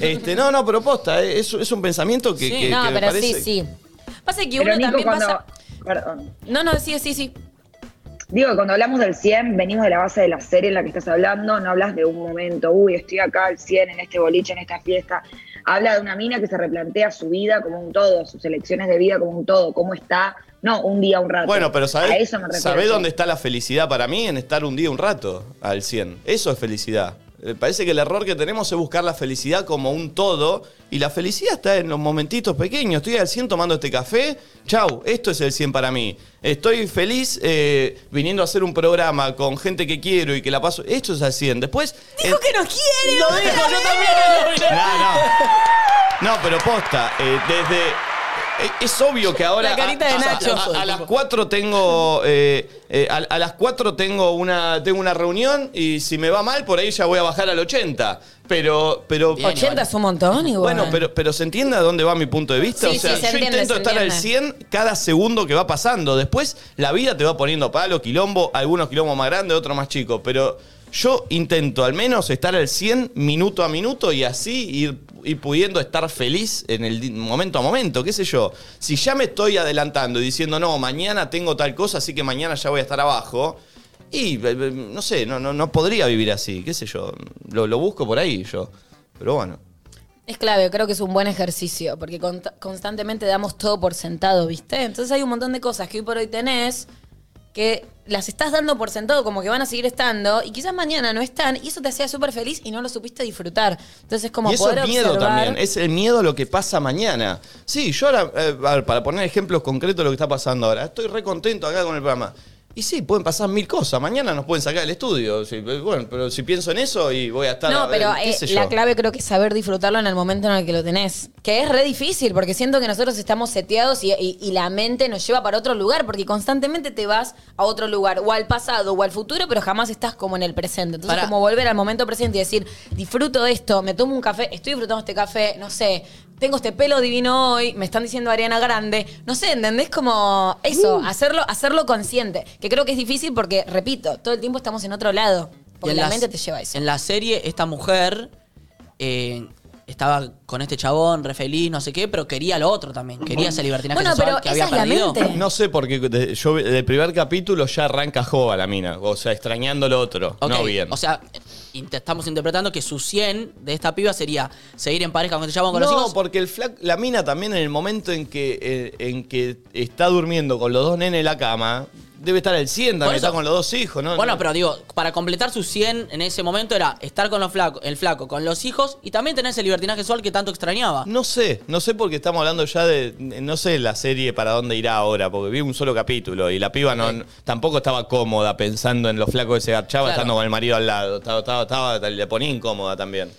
este, no, no, pero posta, eh, es, es un pensamiento que,
Sí,
que-
no,
que me
pero sí,
parece-
sí. Pasa que
Pero
uno
Nico,
también
cuando,
pasa.
Perdón.
No, no, sí, sí, sí.
Digo, cuando hablamos del 100, venimos de la base de la serie en la que estás hablando, no hablas de un momento, uy, estoy acá al 100 en este boliche, en esta fiesta. Habla de una mina que se replantea su vida como un todo, sus elecciones de vida como un todo, cómo está, no, un día, un rato.
Bueno, pero
A
¿sabés,
eso me refiero
sabés
yo.
dónde está la felicidad para mí? En estar un día, un rato, al 100. Eso es felicidad. Eh, Parece que el error que tenemos es buscar la felicidad como un todo y la felicidad está en los momentitos pequeños. Estoy al 100 tomando este café, chau, esto es el 100 para mí. Estoy feliz eh, viniendo a hacer un programa con gente que quiero y que la paso. Esto es al 100. Después... eh,
que nos quiere!
Lo dijo, yo también. lo miré.
No, pero posta, eh, desde... eh, Es obvio que ahora
La carita
a-
de
a-
Nacho.
a, a las 4 tengo eh, eh, a, a las 4 tengo una tengo una reunión y si me va mal por ahí ya voy a bajar al 80, pero pero
Bien,
80 es un montón igual.
bueno, pero, pero se entiende a dónde va mi punto de vista.
Sí,
o sea,
sí, se
yo
entiende,
intento
se
estar al
entiende.
100 cada segundo que va pasando. Después la vida te va poniendo palo, quilombo, algunos quilombos más grandes, otros más chicos. Pero yo intento al menos estar al 100 minuto a minuto y así ir, ir pudiendo estar feliz en el di- momento a momento, qué sé yo. Si ya me estoy adelantando y diciendo, no, mañana tengo tal cosa, así que mañana ya voy a estar abajo. Y eh, eh, no sé, no, no, no podría vivir así, qué sé yo. Lo, lo busco por ahí yo. Pero bueno.
Es clave, creo que es un buen ejercicio, porque con- constantemente damos todo por sentado, ¿viste? Entonces hay un montón de cosas que hoy por hoy tenés que las estás dando por sentado, como que van a seguir estando, y quizás mañana no están, y eso te hacía súper feliz y no lo supiste disfrutar. Entonces, como
y eso
poder
es miedo
observar-
también, es el miedo a lo que pasa mañana. Sí, yo ahora, eh, a ver, para poner ejemplos concretos de lo que está pasando ahora, estoy re contento acá con el programa. Y sí, pueden pasar mil cosas. Mañana nos pueden sacar del estudio. Sí, eh, bueno, pero si pienso en eso y voy a estar. a
No,
ver,
pero
qué
eh,
sé
la
yo.
clave creo que es saber disfrutarlo en el momento en el que lo tenés. Que es re difícil, porque siento que nosotros estamos seteados y, y- y la mente nos lleva para otro lugar, porque constantemente te vas a otro lugar, o al pasado, o al futuro, pero jamás estás como en el presente. Entonces,
Pará.
como volver al momento presente y decir, disfruto de esto, me tomo un café, estoy disfrutando este café, no sé, tengo este pelo divino hoy, me están diciendo Ariana Grande, no sé, ¿entendés? Como eso, hacerlo, hacerlo consciente, que creo que es difícil porque, repito, todo el tiempo estamos en otro lado.
Y
Porque
en
la
la-
mente te lleva a eso.
En la serie, esta mujer eh, estaba con este chabón, re feliz, no sé qué, pero quería lo otro también. Quería ese libertinaje
Bueno,
sexual
pero
que
esa
había
es la
perdido.
mente.
No sé por qué. de- Yo, del primer capítulo ya arranca Jova la mina. O sea, extrañando lo otro.
Ok,
No bien.
O sea, int- estamos interpretando que su 100 de esta piba sería seguir en pareja con este chabón con los
no,
hijos.
porque el flac, la mina también en el momento en que, eh, en que está durmiendo con los dos nenes en la cama, debe estar al 100
Por
también,
eso-
está con los dos hijos, ¿no?
Bueno,
No-
pero digo, para completar sus 100 en ese momento era estar con los flacos, el flaco, con los hijos y también tener ese libertinaje sexual que tanto extrañaba.
No sé, no sé porque estamos hablando ya de. No sé la serie para dónde irá ahora, porque vi un solo capítulo y la piba no, no- tampoco estaba cómoda pensando en los flacos que se garchaba
Claro.
estando con el marido al lado. Estaba, estaba, estaba, le ponía incómoda también.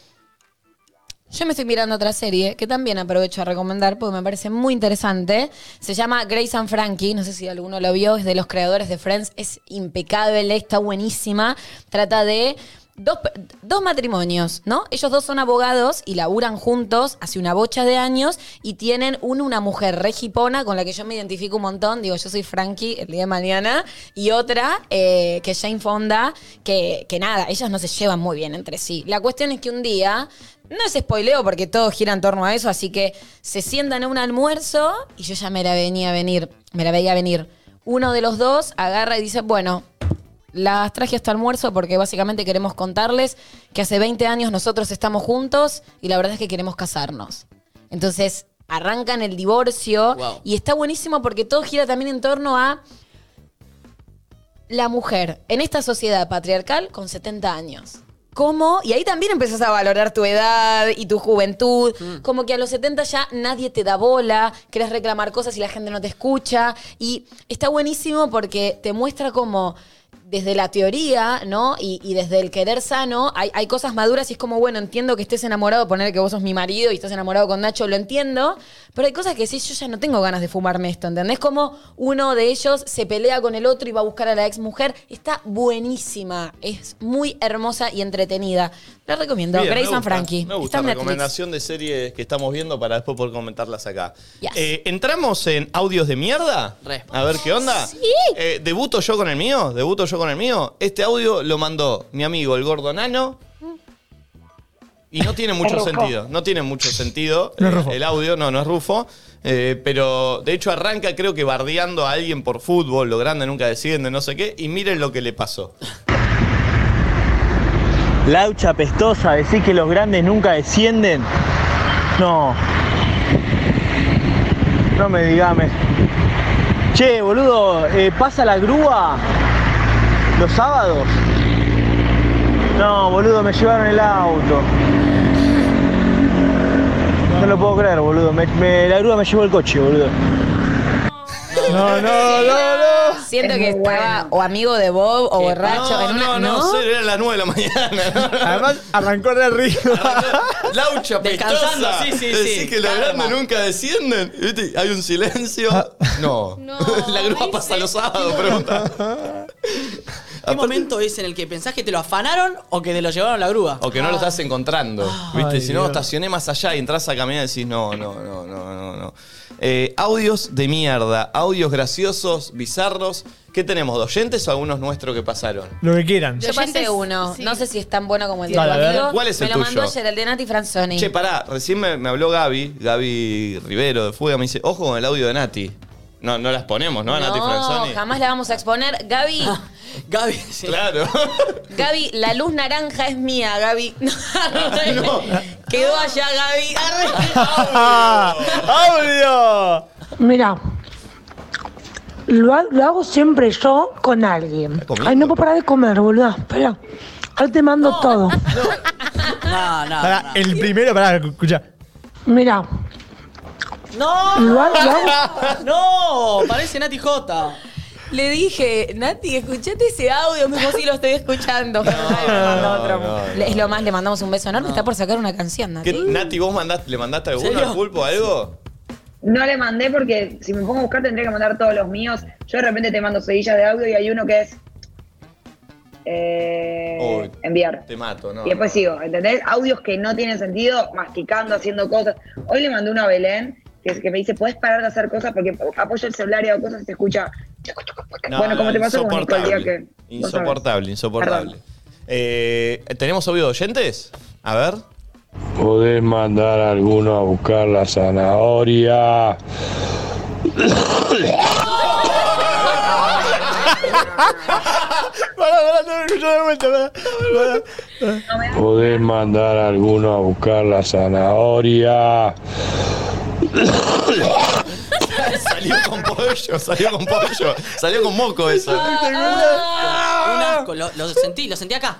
Yo me estoy mirando otra serie que también aprovecho a recomendar porque me parece muy interesante. Se llama Grace and Frankie. No sé si alguno lo vio. Es de los creadores de Friends. Es impecable, está buenísima. Trata de dos, pe- dos matrimonios, ¿no? Ellos dos son abogados y laburan juntos hace una bocha de años y tienen uno una mujer re jipona con la que yo me identifico un montón. Digo, yo soy Frankie el día de mañana. Y otra eh, que es Jane Fonda, que, que nada, ellas no se llevan muy bien entre sí. La cuestión es que un día no es spoileo porque todo gira en torno a eso, así que se sientan a un almuerzo y yo ya me la venía a venir, me la veía venir. Uno de los dos agarra y dice, bueno, las traje hasta almuerzo porque básicamente queremos contarles que hace 20 años nosotros estamos juntos y la verdad es que queremos casarnos. Entonces arrancan el divorcio
Wow.
y está buenísimo porque todo gira también en torno a la mujer en esta sociedad patriarcal con 70 años. ¿Cómo? Y ahí también empezás a valorar tu edad y tu juventud. Como que a los 70 ya nadie te da bola, querés reclamar cosas y la gente no te escucha. Y está buenísimo porque te muestra cómo desde la teoría, ¿no? Y, y desde el querer sano, hay, hay cosas maduras y es como, bueno, entiendo que estés enamorado, poner que vos sos mi marido y estás enamorado con Nacho, lo entiendo, pero hay cosas que sí, yo ya no tengo ganas de fumarme esto, ¿entendés? Como uno de ellos se pelea con el otro y va a buscar a la ex mujer, está buenísima, es muy hermosa y entretenida. La recomiendo,
Bien,
Grace
me
and
gusta,
Frankie.
Me
está
gusta
en Netflix.
recomendación de series que estamos viendo para después poder comentarlas acá.
Yes.
Eh, ¿Entramos en audios de mierda?
Re.
A ver qué onda. Eh, ¿Debuto yo con el mío? ¿Debuto yo con el mío? Este audio lo mandó mi amigo el gordo nano. Y no tiene mucho
Es Rufo.
sentido, no tiene mucho sentido
No es
eh,
Rufo.
el audio, no, no es Rufo, eh, pero de hecho arranca creo que bardeando a alguien por fútbol, lo grande nunca desciende, no sé qué, y miren lo que le pasó.
Laucha pestosa, decir que los grandes nunca descienden. No. No me digame. Che, boludo, eh, pasa la grúa los sábados. No, boludo, me llevaron el auto. No lo puedo creer, boludo. Me- me- la grúa me llevó el coche, boludo.
No, no, no, no.
Siento
Es
que
muy
estaba
bueno.
o amigo de Bob o borracho
Eh, no,
en una.
no, no, cero, era las 9 de la mañana.
Además, arrancó de arriba.
Laucha
Descansando,
pestosa,
sí, sí,
decís
sí,
que los
calma.
grandes nunca descienden, ¿viste? Hay un silencio.
Ah.
No.
No,
la grúa
¿viste?
pasa los sábados, pregunta.
¿Qué momento es en el que pensás que te lo afanaron o que te lo llevaron a la grúa?
O que no lo estás encontrando. ¿Viste?
Ay,
si no,
Dios.
estacioné más allá y entras a caminar y decís, no, no, no, no, no, no. Eh, audios de mierda, audios graciosos, bizarros. ¿Qué tenemos? ¿De oyentes o algunos nuestros que pasaron?
Lo que quieran.
Yo pasé
Oyentes,
uno.
sí.
No sé si es tan bueno como el de tu
Dale, a ver.
amigo.
¿Cuál es el
Me lo mandó
tuyo?
ayer, el de Nati Franzoni.
Che, pará, recién me, me habló Gaby, Gaby Rivero de Fuga, me dice, ojo con el audio de Nati. No, no las ponemos, ¿no? A Nati Franzoni.
jamás la vamos a exponer. Gaby,
Gaby, sí.
Claro.
Gaby, la luz naranja es mía, Gaby.
no.
Quedó allá, Gaby.
¡Audio!
Mira, lo, ha- lo hago siempre yo con alguien.
comiendo?
Ay, no puedo parar de comer, boluda. Espera, ahí te mando todo.
No, no.
Pará,
no.
el primero, pará, escucha.
Mira,
No,
lo, ha- lo hago.
no, parece Nati J.
Le dije, Nati, escuchate ese audio. Me dijo, sí, lo estoy escuchando. Ay, me mandó otro.
no, no.
Es lo más, le mandamos un beso enorme. Está por sacar una canción,
¿Qué-
Nati.
Nati, ¿vos mandaste, le mandaste alguno
¿Serio?
al pulpo algo?
No le mandé porque si me pongo a buscar tendría que mandar todos los míos. Yo de repente te mando seguillas de audio y hay uno que es eh,
Uy,
enviar.
Te mato, ¿no?
Y después sigo, ¿entendés? Audios que no tienen sentido, masticando, haciendo cosas. Hoy le mandé uno a Belén que, que me dice, ¿puedes parar de hacer cosas? Porque apoyo el celular y hago cosas y se escucha...
No,
bueno, como
no,
te pasó con Nico el día que... vos sabés.
Insoportable, insoportable. Eh, ¿Tenemos audio de oyentes? A ver.
Podés mandar a alguno a buscar la zanahoria.
Pará, pará, no me escuchó de vuelta, pará. pará.
Podés mandar a alguno a buscar la zanahoria.
Salió con pollo, salió con pollo. Salió con moco eso.
Ah.
Ah, Un asco, lo, lo sentí, lo sentí acá.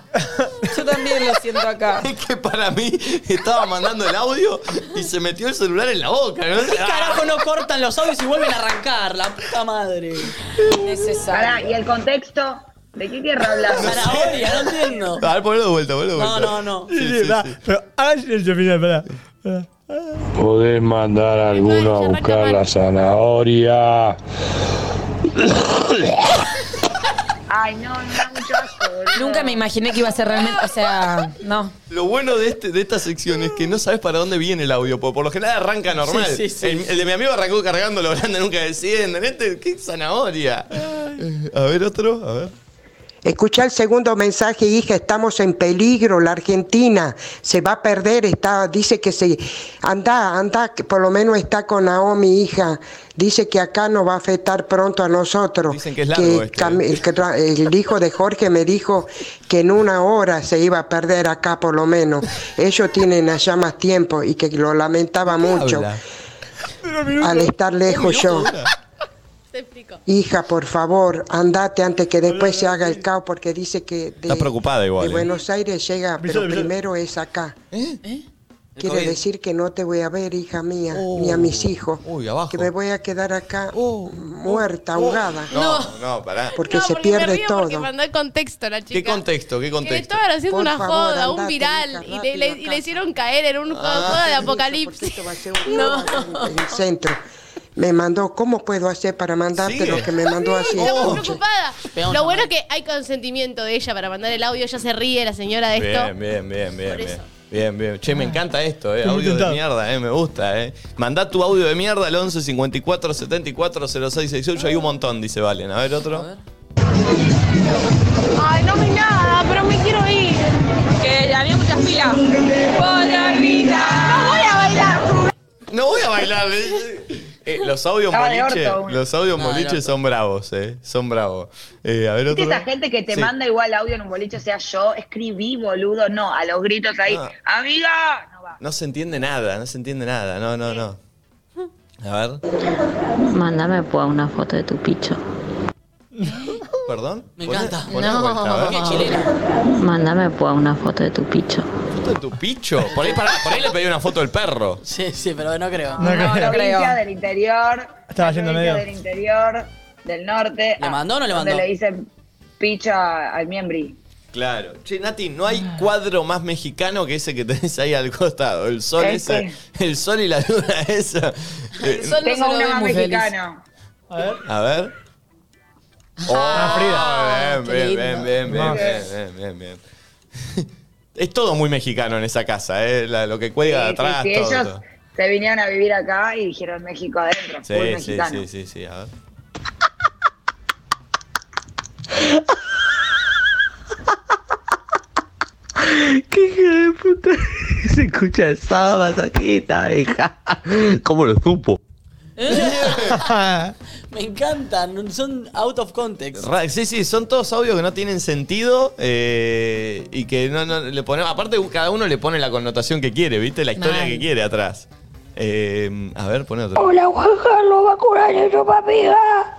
Yo también lo siento acá.
Es que para mí estaba mandando el audio y se metió el celular en la boca. ¿no?
¿Qué carajo no cortan los audios y vuelven a arrancar? La puta madre.
Pará,
Necesario.
¿y el contexto? ¿De qué querrá hablar?
Para ahora, no entiendo.
Ah, A ver, ponelo de vuelta, ponelo de
No,
vuelta.
no, no.
Sí, sí,
Sí, pará,
sí.
Pero hagan silencio final, pará. pará.
Podés mandar a alguno a buscar la zanahoria.
Ay, no, no, da mucho asco, boludo.
Nunca me imaginé que iba a ser realmente. O sea, no.
Lo bueno de, este, de esta sección es que no sabes para dónde viene el audio, porque por lo general arranca normal.
Sí, sí, sí.
El, el de mi amigo arrancó cargando lo grande, nunca descienden. Este, qué zanahoria. Eh, A ver, otro, a ver.
Escucha el segundo mensaje, hija, estamos en peligro, la Argentina se va a perder, está, dice que se, anda, anda, que por lo menos está con Naomi, hija, dice que acá nos va a afectar pronto a nosotros.
Dicen que es largo este.
cam- el, que tra- el hijo de Jorge me dijo que en una hora se iba a perder acá por lo menos. Ellos tienen allá más tiempo y que lo lamentaba mucho
Habla.
al estar lejos yo.
Te explico.
Hija, por favor, andate antes que después se haga el caos porque dice que de,
Está preocupada igual,
de
¿eh?
Buenos Aires llega, pero
Avisale, avisale.
primero es acá. ¿Eh?
El
Quiere
COVID.
decir que no te voy a ver, hija mía, ni a mis hijos.
Oh. Uy, abajo. Oh.
Que me voy a quedar acá muerta, ahogada,
No, no, pará.
porque
no,
se
porque me
pierde
río
todo.
Porque mandó el contexto la chica.
¿Qué contexto? ¿Qué
Que le
contexto?
estaban haciendo
Por
una
favor,
joda, un
andate,
viral,
hija,
y, le, le-
rápido
y le
acá.
hicieron caer en un
Ah.
joda, joda de apocalipsis.
Porque esto va a ser un drama en el centro. Me mandó, ¿cómo puedo hacer para mandarte
Sigue.
lo que me mandó así?
Estamos
Oh.
preocupada.
Peón,
Lo bueno
mamá.
es que hay consentimiento de ella para mandar el audio, ella se ríe la señora de esto.
Bien, bien, bien, bien,
Por
bien.
eso. Ah.
Bien, bien. Che, me encanta esto, eh.
Lo
Audio de
intentaba.
mierda, eh. Me gusta, eh. Mandá tu audio de mierda al 11 54 74 06 68. Hay un montón, dice Valen. A ver, otro.
Ay, no me nada, pero me quiero ir. Que había muchas filas. ¿Puedo
bailar. Eh, los audios
Estaba de
boliche,
orto, uno.
los audios
No, de
boliche
orto.
son bravos, eh. Son bravos. Eh, a ver
¿Viste
otro.
esa gente que te
Sí.
manda igual audio en un boliche? O sea, yo escribí, boludo, no, a los gritos ahí,
Ah.
amiga. No,
No se entiende nada, no se entiende nada. No, no, no. A ver,
Mándame pues una foto de tu picho.
perdón.
Me
Poné-
encanta.
poné de vuelta, a ver.
Mándame pues una foto de tu picho.
¿Foto de tu picho? Por ahí, pará, por ahí le pedí una foto del perro.
Sí, sí, pero no creo.
no, provincia del interior.
Estaba
provincia
yendo medio.
del interior, del norte.
¿Le mandó o no le
donde
mandó?
le dicen picho a- al miembri.
Claro. Che, Nati, no hay cuadro más mexicano que ese que tenés ahí al costado. El sol
Este.
ese. El sol y la luna esa. Eh,
Tengo
se lo
una
ve
más
muy feliz.
mexicana.
A ver.
A ver. Oh,
Ah,
bien, bien,
Frida. Qué
bien,
lindo.
bien, bien,
Más.
bien, bien, bien, bien. Es todo muy mexicano en esa casa, eh, la- lo que cuelga de
Sí,
atrás,
sí, sí,
todo.
ellos
todo.
se vinieron a vivir acá y dijeron México adentro.
Sí,
full
sí,
mexicano.
sí, sí, sí, a ver.
¿Qué hija de puta? Se escucha el sábado masaquita, hija. ¿Cómo lo supo?
Eh.
Me encantan, son out of context.
Ra- Sí, sí, son todos audios que no tienen sentido eh, y que no, no le ponemos. Aparte, cada uno le pone la connotación que quiere, ¿viste? La historia
Mal.
que quiere atrás. Eh, a ver, pone otro.
Hola, Juan Carlos, vacunaron chupapija.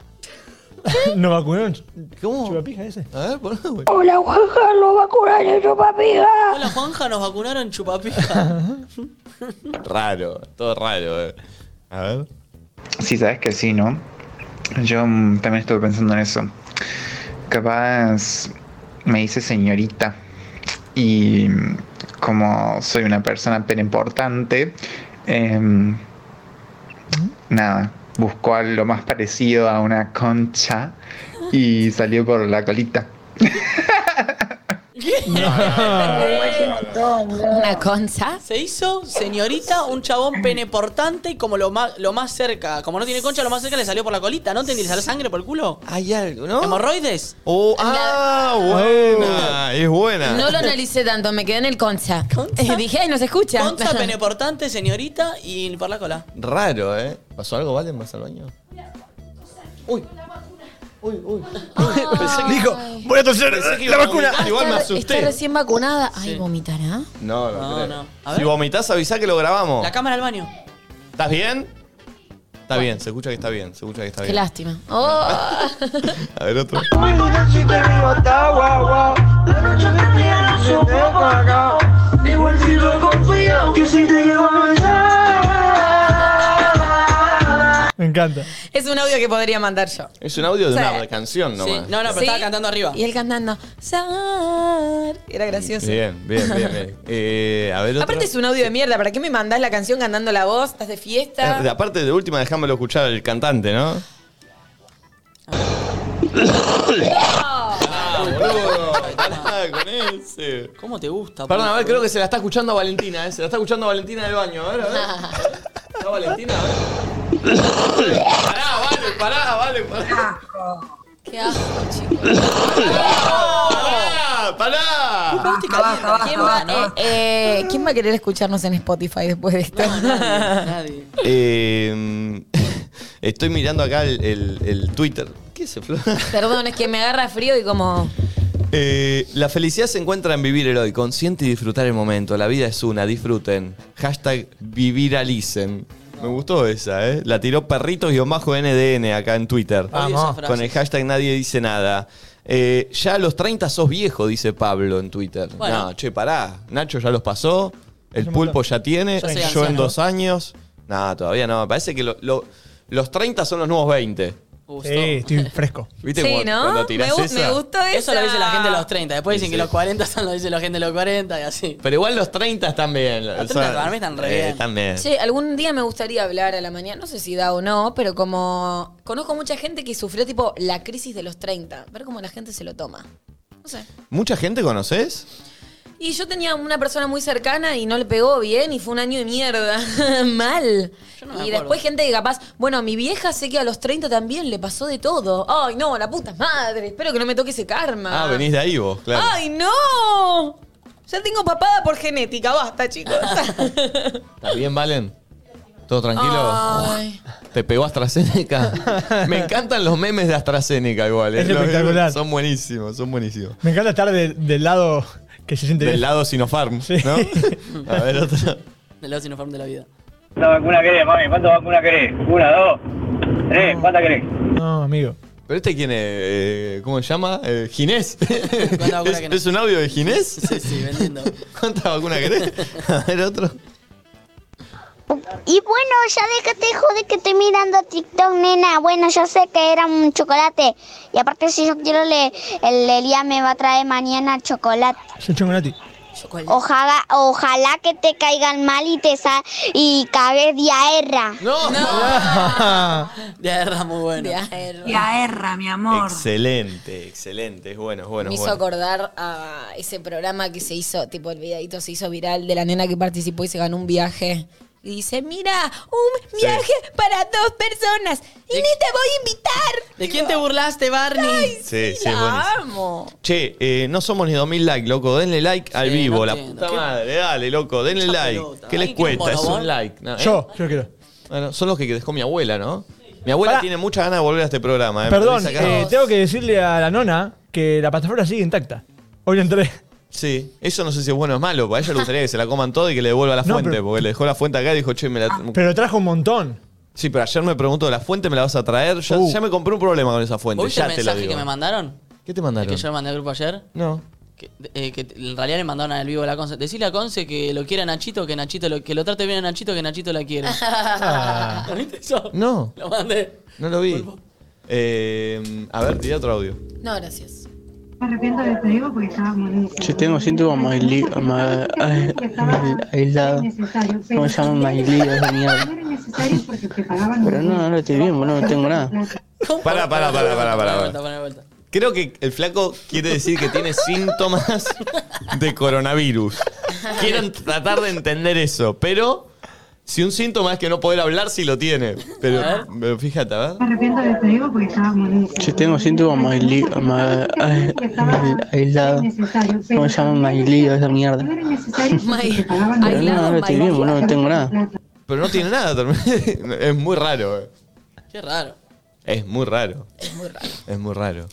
¿No vacunaron?
¿Cómo?
¿Chupapija ese?
A ver, por
eh.
favor.
Hola, Juan Carlos, vacunaron chupapija.
Hola Juanja, nos vacunaron chupapija.
Raro, todo raro. eh. A ver.
Sí, sabes que sí, ¿no? Yo mm, también estuve pensando en eso. Capaz me dice señorita y mm, como soy una persona tan importante, em, nada, buscó a lo más parecido a una concha y salió por la colita.
Una concha.
Se hizo señorita, un chabón pene portante y como lo más, lo más cerca, como no tiene concha, lo más cerca le salió por la colita, ¿no? ¿Entendí? ¿Le salió sangre por el culo?
Hay algo, ¿no?
¿Hemorroides?
Oh, ah, buena, Ah, es buena.
No lo analicé tanto, me quedé en el concha. Eh, dije, ay, no se escucha.
Concha, pene portante, señorita y por la cola.
Raro, ¿eh? ¿Pasó algo, Valen? ¿Vas al baño? Uy. Uy, uy. Pensé que-
Dijo, voy a toser
Pensé que
la
iba a
vacuna.
vomitar, Igual me
Está- Ah. Está
asusté.
recién vacunada. Ay, vomitará.
No, no,
No,
creo.
no. A
Si
ver.
vomitas, avisá que lo grabamos.
La cámara al baño.
¿Estás bien? Está bien, se escucha que está bien, se escucha que está
Qué
bien.
lástima. Oh.
A ver otro.
Igual si lo confío, que si te llevo a
Me encanta.
Es un audio que podría mandar yo.
Es un audio de
Sí.
una canción nomás.
No, no, pero
Sí.
estaba cantando arriba.
Y él cantando. Sar. Era gracioso.
Bien, bien, bien. bien. Eh, a ver otro.
Aparte es un audio de mierda. ¿Para qué me mandás la canción cantando la voz? ¿Estás de fiesta?
Eh, Aparte, de última, dejámoslo escuchar al cantante, ¿no? Ah, con ese.
¿Cómo te gusta?
Perdón, a ver,
pulpo?
creo que se la está escuchando a Valentina, ¿eh? Se la está escuchando a Valentina del baño. A ver, a
Ah.
ver. ¿Está Valentina? A ver. Pará, vale, pará, vale, pará.
Qué asco,
Pará, pará.
¿Quién va, eh, eh, ¿Quién va a querer escucharnos en Spotify después de esto?
Nadie.
Eh, estoy mirando acá el, el- el Twitter. ¿Qué es Flor?
Perdón, es que me agarra frío y como.
Eh, la felicidad se encuentra en vivir el hoy, consciente y disfrutar el momento. La vida es una, disfruten. Hashtag viviralicen. Me gustó esa, ¿eh? La tiró perritos-ndn acá en Twitter.
Odio esa frase.
Con el hashtag nadie dice nada. Eh, ya a los 30 sos viejo, dice Pablo en Twitter.
Bueno.
No, che, pará. Nacho ya los pasó. El pulpo ya tiene.
Yo
Yo,
soy anciano.
en dos años. No, todavía no. Me parece que lo- lo- los 30 son los nuevos 20.
Gustó.
Sí, estoy fresco.
¿Viste cuando, cuando tirás esa?
Eso lo dice la gente de los 30. Después
Sí,
dicen que
sí.
los 40 son lo dice la gente de los 40 y así.
Pero igual los 30 están bien. Los Eh,
30 para mí están re bien.
Están bien.
Che, algún día me gustaría hablar a la mañana, no sé si da o no, pero como conozco mucha gente que sufrió tipo la crisis de los 30, ver cómo la gente se lo toma. No sé.
¿Mucha gente conoces?
Y yo tenía una persona muy cercana y no le pegó bien y fue un año de mierda, mal.
no me
y
acuerdo.
después gente que capaz, bueno, a mi vieja sé que a los 30 también le pasó de todo. Ay, no, la puta madre, espero que no me toque ese karma.
Ah, venís de ahí vos, claro.
Ay, no. Ya tengo papada por genética, basta, chicos.
¿Estás bien, Valen? ¿Todo tranquilo?
Ay.
¿Te pegó AstraZeneca? Me encantan los memes de AstraZeneca igual. ¿eh?
Es
Los-
espectacular.
Son buenísimos, son buenísimos.
Me encanta estar de- del lado que se siente
Del
bien.
lado Sinopharm, ¿no? A ver, otro.
Del lado Sinopharm de la vida.
¿Cuántas vacunas querés, mami? ¿Cuántas vacunas querés? ¿Una, dos, tres? ¿Cuántas querés?
No, amigo.
¿Pero este quién es? Eh, ¿Cómo se llama? Eh, ¿Ginés?
vacuna
¿Es,
querés?
es un audio de Ginés?
Sí, sí, vendiendo.
¿Cuántas vacunas querés? A ver, otro.
Y bueno, ya déjate joder que estoy mirando TikTok, nena. Bueno, yo sé que era un chocolate. Y aparte, si yo quiero, le, el Elia me va a traer mañana chocolate.
Es un chocolate.
Ojalá, ojalá que te caigan mal y te sa y cagues diarrea.
No.
Diarra, muy bueno.
Diarra, mi amor.
Excelente, excelente. Es bueno, es bueno.
Me
es
hizo
bueno.
acordar a ese programa que se hizo, tipo el videito se hizo viral de la nena que participó y se ganó un viaje. Y dice, mira, un
Sí.
viaje para dos personas. Y ni te voy a invitar.
¿De quién te burlaste, Barney?
Sí, sí, es buenísimo.
La amo.
Che, eh, no somos ni 2000 likes, loco. Denle like al vivo, la puta madre. Dale, loco, denle like. ¿Qué les cuesta? Es un like.
Ah,
No, ¿eh?
Yo, yo quiero.
Bueno, son los que dejó mi abuela, ¿no? Mi abuela
Pará.
tiene muchas ganas de volver a este programa. ¿eh?
Perdón,
Pero dice acá-
eh, tengo que decirle a la nona que la plataforma sigue intacta. Hoy entré.
Sí, eso no sé si es bueno o es malo. Para ella le gustaría que se la coman todo y que le devuelva la
No,
fuente.
pero- Ah,
Porque le dejó la fuente acá y dijo, che, me la.
Pero trajo un montón. Uh.
Sí, pero ayer me preguntó, ¿la fuente me la vas a traer? Ya, ya me compré un problema con esa fuente.
¿Vos viste
Ya
el
te lo
mensaje
digo.
que me mandaron?
¿Qué te mandaron?
¿El que yo le mandé al grupo ayer?
No.
Que, eh, que en realidad le mandaron al vivo a la Conce. Decirle a Conce que lo quiera Nachito, que Nachito lo, que lo trate bien a Nachito, que Nachito la quiere.
Ah.
¿Lo viste eso?
No,
Lo mandé.
no lo vi. Eh, a ver, tiré otro audio.
No, gracias.
Me arrepiento de digo porque estaba
Yo tengo síntomas maili- ma- ai- ai- aislados. ¿Cómo se llaman mailías de mierda? Pero no, no lo estoy bien, boludo, no tengo nada.
Pará, pará, pará, pará,
Poné de
pará.
vuelta, poné de vuelta.
Creo que el flaco quiere decir que tiene síntomas de coronavirus. Quiero tratar de entender eso, pero si un síntoma es que no poder hablar, sí lo tiene. Pero, pero fíjate, a ver.
arrepiento de digo porque estaba
Yo tengo síntomas maili- ma- ai- ai- aislados. ¿Cómo se llaman mailías de mierda? Pero no, no lo estoy bien, boludo, no tengo nada.
Pero no tiene nada. term- Es muy raro. eh.
Qué raro.
Es muy raro. Es muy raro.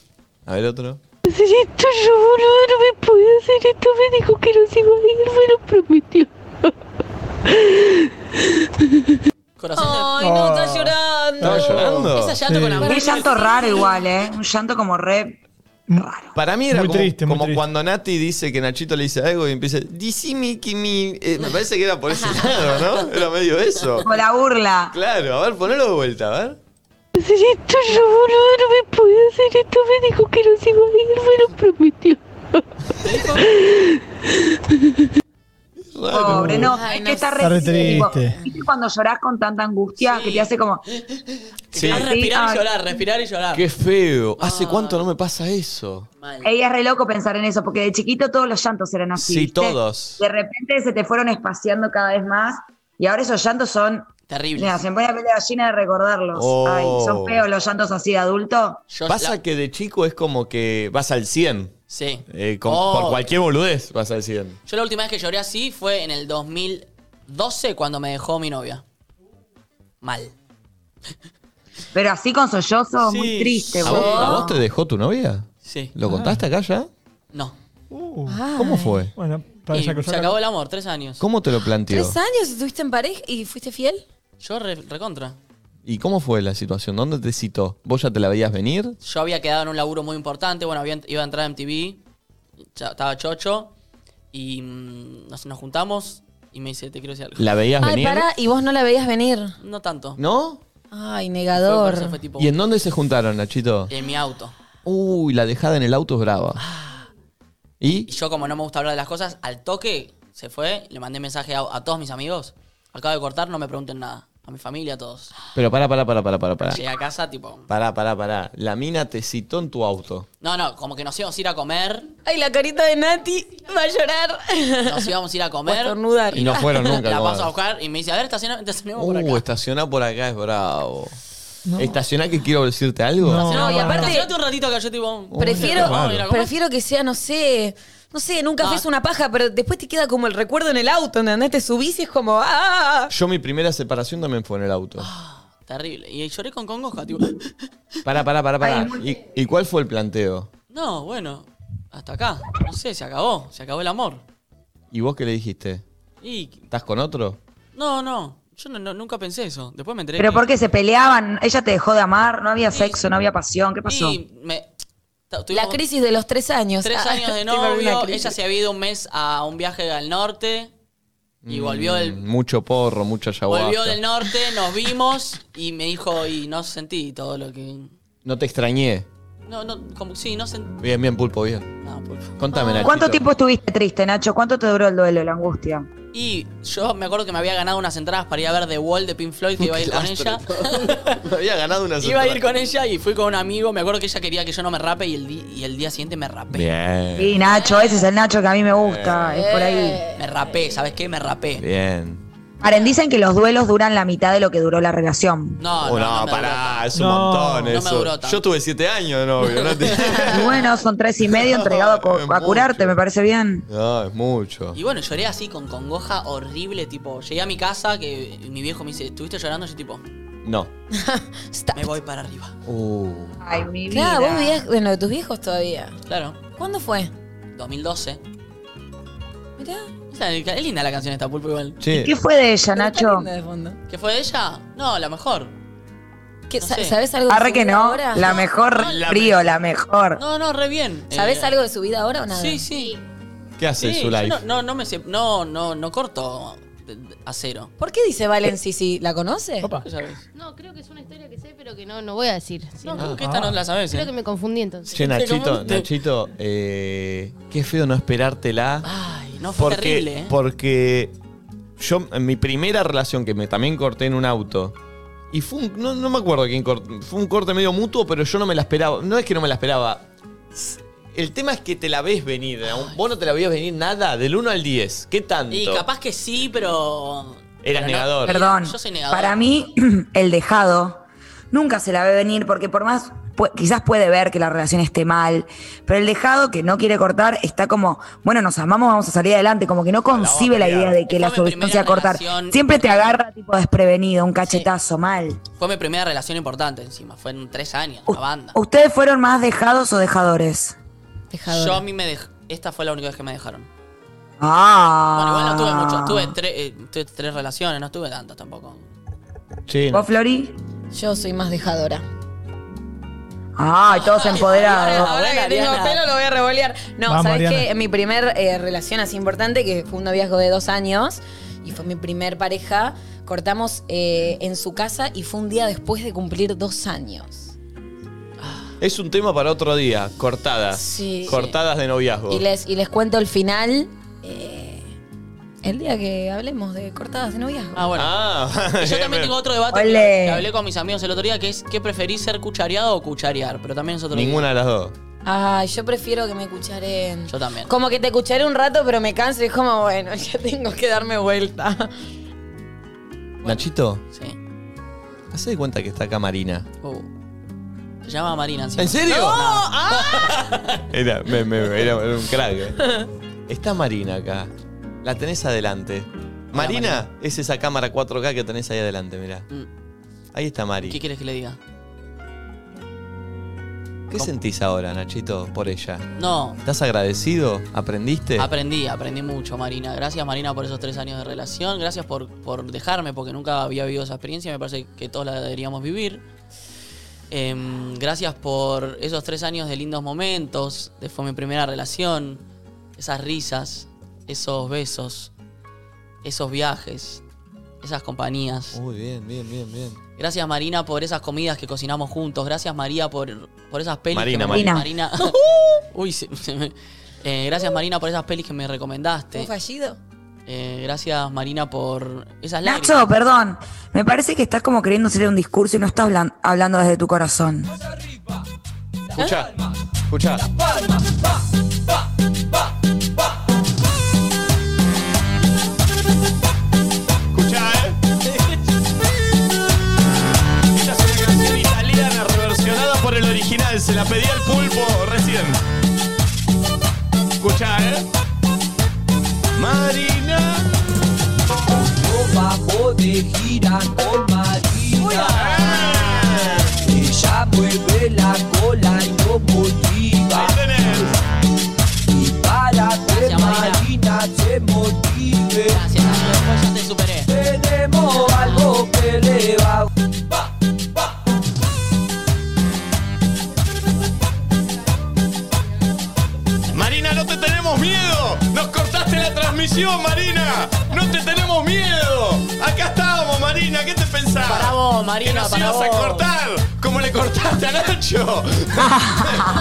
A ver otro.
hacer esto, yo boludo, no me puedo hacer esto, me dijo que no se iba a ir, me lo prometió.
Ay, no, está llorando.
¿Estaba llorando?
Esa llanto con amor.
Un llanto raro igual, ¿eh? Un llanto como re...
Mm.
Para mí era
Muy
como,
triste, muy
como
triste.
cuando Nati dice que Nachito le dice algo y empieza, "Decime que mi... eh, me parece que era por ese lado, ¿no? Era medio eso.
Con la burla.
Claro, a ver, ponelo de vuelta, a ver.
Hacer esto, yo boludo, no me puedo hacer esto, me dijo que no se iba a ir, me lo prometió.
Pobre, no.
Ay,
es
no
que está
sé.
re,
Está re triste.
tipo, ¿viste cuando llorás con tanta angustia que te hace como...
Sí.
Ah, respirar
ay.
y llorar, respirar y llorar.
Qué feo. ¿Hace
Ah.
cuánto no me pasa eso?
Ella es re loco pensar en eso, porque de chiquito todos los llantos eran así.
Sí,
¿viste?
todos.
De repente se te fueron espaciando cada vez más y ahora esos llantos son...
Terrible.
Mira, se me pone la piel de gallina de recordarlos.
Oh.
Ay, son feos los llantos así de adulto.
Pasa que de chico es como que vas al 100.
Sí.
Eh, con-
Oh.
Por cualquier boludez vas al 100.
Yo la última vez que lloré así fue en el 2012 cuando me dejó mi novia. Mal.
Pero así con sollozo, muy triste.
¿A vos,
boludo.
a vos te dejó tu novia?
Sí.
¿Lo contaste acá ya?
No.
¿Cómo fue?
Bueno,
Y
para
se
sacar
acabó el amor, tres años.
¿Cómo te lo planteó?
¿Tres años estuviste en pareja y fuiste fiel?
Yo re- recontra.
¿Y cómo fue la situación? ¿Dónde te citó? ¿Vos ya te la veías venir?
Yo había quedado en un laburo muy importante, bueno, había, iba a entrar en TV, estaba chocho, y mm, nos, nos juntamos y me dice, te quiero decir algo.
¿La veías
Ay,
venir?
pará, y vos no la veías venir.
No tanto.
¿No?
Ay,
Fue, por eso
negador.
fue tipo
¿Y en dónde se juntaron, Nachito?
en mi auto. Ah.
Uy, la dejada en el auto es brava.
Y yo, como no me gusta hablar de las cosas, al toque se fue, le mandé mensaje a, a todos mis amigos. Acabo de cortar, no me pregunten nada. A mi familia, a todos.
Pero pará, pará, pará, pará, pará, pará.
Llegué a casa, tipo.
Pará, pará, pará. La mina te citó en tu auto.
No, no, como que nos íbamos a ir a comer.
Ay, la carita de Nati va a llorar.
Nos íbamos a ir a
Va a
comer.
estornudar.
Y no fueron nunca.
La
¿cómo?
paso a buscar y me dice, a ver, estaciona- estacionemos por acá.
Uh, estacionar por acá es bravo. Estacionar que quiero decirte algo.
No, y aparte-
Estacionate un ratito acá, yo tipo...
Prefiero,
qué raro.
prefiero que sea, no sé, no sé, nunca café es una paja, pero después te queda como el recuerdo en el auto, ¿entendés? Te subís y es como, ¡ah!
Yo mi primera separación también fue en el auto.
Ah. Terrible. Y lloré con congoja, tipo.
Pará, pará, pará, pará.
Ay,
¿Y, y cuál fue el planteo?
No, bueno. Hasta acá. No sé, se acabó. Se acabó el amor.
¿Y vos qué le dijiste?
Y.
¿Estás con otro?
No, no. Yo no- no- nunca pensé eso. Después me enteré.
Pero
que-
porque se peleaban, ella te dejó de amar, no había sexo, no había pasión, ¿qué pasó?
Y me- ta- tuvimos
La crisis de los tres años.
Tres
Ah,
años de
te volví una
novio.
crisis.
Ella se había ido un mes a un viaje al norte. Y volvió el
Mm, Mucho porro, mucho ayahuasca.
Volvió del norte, nos vimos y me dijo, y no sentí todo lo que.
No te extrañé.
No, no, como, sí, no sentí.
Bien, bien, Pulpo, bien. Contame, Nachito.
Ah. ¿Cuánto tiempo estuviste triste, Nacho? ¿Cuánto te duró el duelo, la angustia?
Y yo me acuerdo que me había ganado unas entradas para ir a ver The Wall de Pink Floyd, que iba a ir con ella.
Me había ganado una
Iba a ir con ella y fui con un amigo. Me acuerdo que ella quería que yo no me rape y el, di- y el día siguiente me rapé.
Bien.
Sí, Nacho, ese es el Nacho que a mí me gusta, es por ahí.
Me rapé, ¿sabes qué? Me rapé.
Bien.
Paren, dicen que los duelos duran la mitad de lo que duró la relación.
Oh,
No, no,
no,
no me
pará, es un
No.
montón
No me
eso.
duró tanto.
Yo tuve siete años de novio, no te-
Y bueno, son tres y medio entregado a, co- a curarte, me parece bien.
No, es mucho.
Y bueno, lloré así con congoja horrible, tipo, llegué a mi casa que mi viejo me dice, ¿estuviste llorando? Yo tipo,
No.
me voy para arriba.
Uh.
Ay, mi
Claro, vos vivías en lo de tus viejos todavía.
Claro.
¿Cuándo fue?
2012.
Mirá.
O sea, es linda la canción esta pulpo igual.
Sí.
¿Qué fue de ella, Nacho?
¿Qué fue de ella? No, la mejor.
¿Qué,
No
sa-
sé.
¿Sabes algo? de
Arre
su
Ah, que
vida
no,
ahora?
la mejor frío, la mejor.
No, no, re bien.
¿Sabes
Eh,
algo de su vida ahora o nada?
Sí, sí.
¿Qué hace
Sí,
su
yo
life?
No, no, no me sep- no, no, no corto de- de- a cero.
¿Por qué dice Valen si si la conoce?
¿Qué sabes?
No, creo que es una historia que sé, pero que no, no voy a decir. si
No, que esta no la sabes,
Creo
eh.
que me confundí entonces.
Che, Nachito, Nachito, eh, qué feo no esperártela.
Ay, no, fue terrible, eh.
Porque yo, en mi primera relación, que me también corté en un auto, y fue un, no, no me acuerdo quién cortó, fue un corte medio mutuo, pero yo no me la esperaba. No es que no me la esperaba. El tema es que te la ves venir. aún- Vos no te la veías venir nada, del 1 al 10. ¿Qué tanto?
Y capaz que sí, pero.
Eras
pero no.
negador.
Perdón,
Yo soy negador.
para mí el dejado nunca se la ve venir porque por más, pu- quizás puede ver que la relación esté mal, pero el dejado que no quiere cortar está como, bueno, nos amamos, vamos a salir adelante, como que no concibe la idea de que la solución sea cortar.
relación-
Siempre te agarra tipo desprevenido, un cachetazo mal.
Fue mi primera relación importante encima. Fue en tres años, la banda.
¿Ustedes fueron más dejados o dejadores?
Yo a mí me dej- Esta fue la única vez que me dejaron. Bueno, igual
Ah.
no tuve mucho. Tuve, tre- eh, tuve tres relaciones, no tuve tantas tampoco.
Sí.
¿Vos, Flori?
Yo soy más dejadora.
Ah. Ay, todos empoderados.
Ahora que tengo pelo lo voy a revolear. No,
Vamos,
¿sabes
Ariana.
qué? En mi primer eh, relación así importante, que fue un noviazgo de dos años, y fue mi primer pareja, cortamos eh, en su casa y fue un día después de cumplir dos años.
Es un tema para otro día. Cortadas.
Sí.
Cortadas de noviazgo.
Y les, y les cuento el final eh, el día que hablemos de cortadas de noviazgo.
Ah, bueno.
Ah.
Y yo también tengo otro debate que,
Ole.
que hablé con mis amigos el otro día, que es ¿qué preferís ser cuchareado o cucharear? Pero también es otro
Ninguna de las dos.
Ay, yo prefiero que me escucharen.
Yo también.
Como que te escucharé un rato, pero me canso y es como, bueno, ya tengo que darme vuelta.
Nachito.
Sí.
Hacé de cuenta que está acá Marina.
Uh. Se llama Marina encima.
¿En serio?
No.
Era, me- me- era un crack. eh. Está Marina acá. La tenés adelante. Marina, es esa cámara 4K que tenés ahí adelante, mirá. Ahí está Mari.
Mm. ¿Qué
¿Qué,
quieres que le diga?
sentís ahora, Nachito, por ella?
No.
¿Estás agradecido? ¿Aprendiste?
Aprendí, aprendí mucho, Marina. Gracias, Marina, por esos tres años de relación. Gracias por, por dejarme, porque nunca había vivido esa experiencia. Me parece que todos la deberíamos vivir. Em, gracias por esos tres años de lindos momentos. de- Fue mi primera relación. Esas risas, esos besos, esos viajes, esas compañías.
Muy bien, bien, bien, bien.
Gracias Marina por esas comidas que cocinamos juntos. Gracias María por, por esas pelis.
Marina,
que me-
Marina.
Marina. Uy, se- se me- eh, gracias Marina por esas pelis que me
¿Fue
recomendaste.
fallido?
Eh, gracias Marina por esas lágrimas.
Nacho, perdón, me parece que estás como queriendo hacer un discurso y no estás hablan- hablando desde tu corazón.
Escuchá, escuchá. Escuchá, eh. Esta es una canción italiana reversionada por el original. Se la pedí al pulpo recién. Escuchá, eh.
se gira con Marina. Ella mueve la cola y lo motiva. Y para que Marina se motive. Tenemos algo que le va a
Marina, no te tenemos miedo. Nos cortaste la transmisión, Marina. No te tenemos miedo. Acá estamos, Marina. ¿Qué te pensás?
Para vos, Marina,
Que nos
para
ibas a
vos.
cortar. Como le cortaste a Nacho.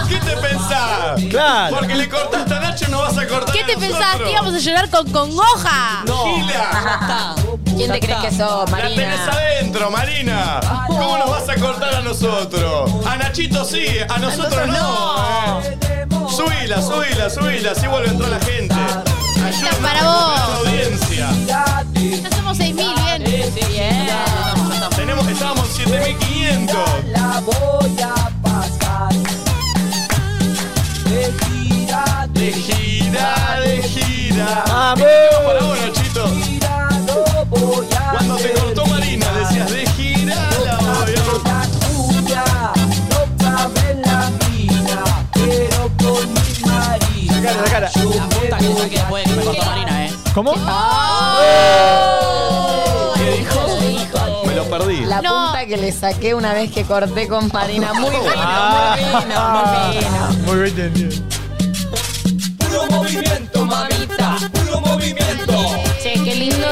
¿Qué te pensás?
Claro.
Porque le cortaste a Nacho, no vas a cortar
¿Qué
a
te
nosotros.
pensabas que íbamos a llorar con congoja?
Gila.
¿Quién te crees que sos,
La tenés
Marina?
adentro, Marina. ¿Cómo nos vas a cortar a nosotros? A Nachito sí, a nosotros no. eh. Subila, subila, subila, así vuelve a entrar la gente. Ayúdame
para
a
vos.
recuperar la audiencia.
Ya somos 6.000, bien. Sí, bien.
Tenemos, estábamos en 7500.
La voy a pasar. De gira, de
gira, de gira. Para vos, Nachito. Cuando te cortó Marina, decías de gira la voy a
Sacala, sacala.
La puta que saqué después de que me cortó Marina, eh. Ah.
¿Cómo?
¿Qué dijo? Me lo perdí.
La punta que le saqué una vez que corté con Marina. Muy fino, muy fino, muy fino.
Muy bien entendido.
Puro movimiento, mamita. Puro movimiento.
Che, qué lindo.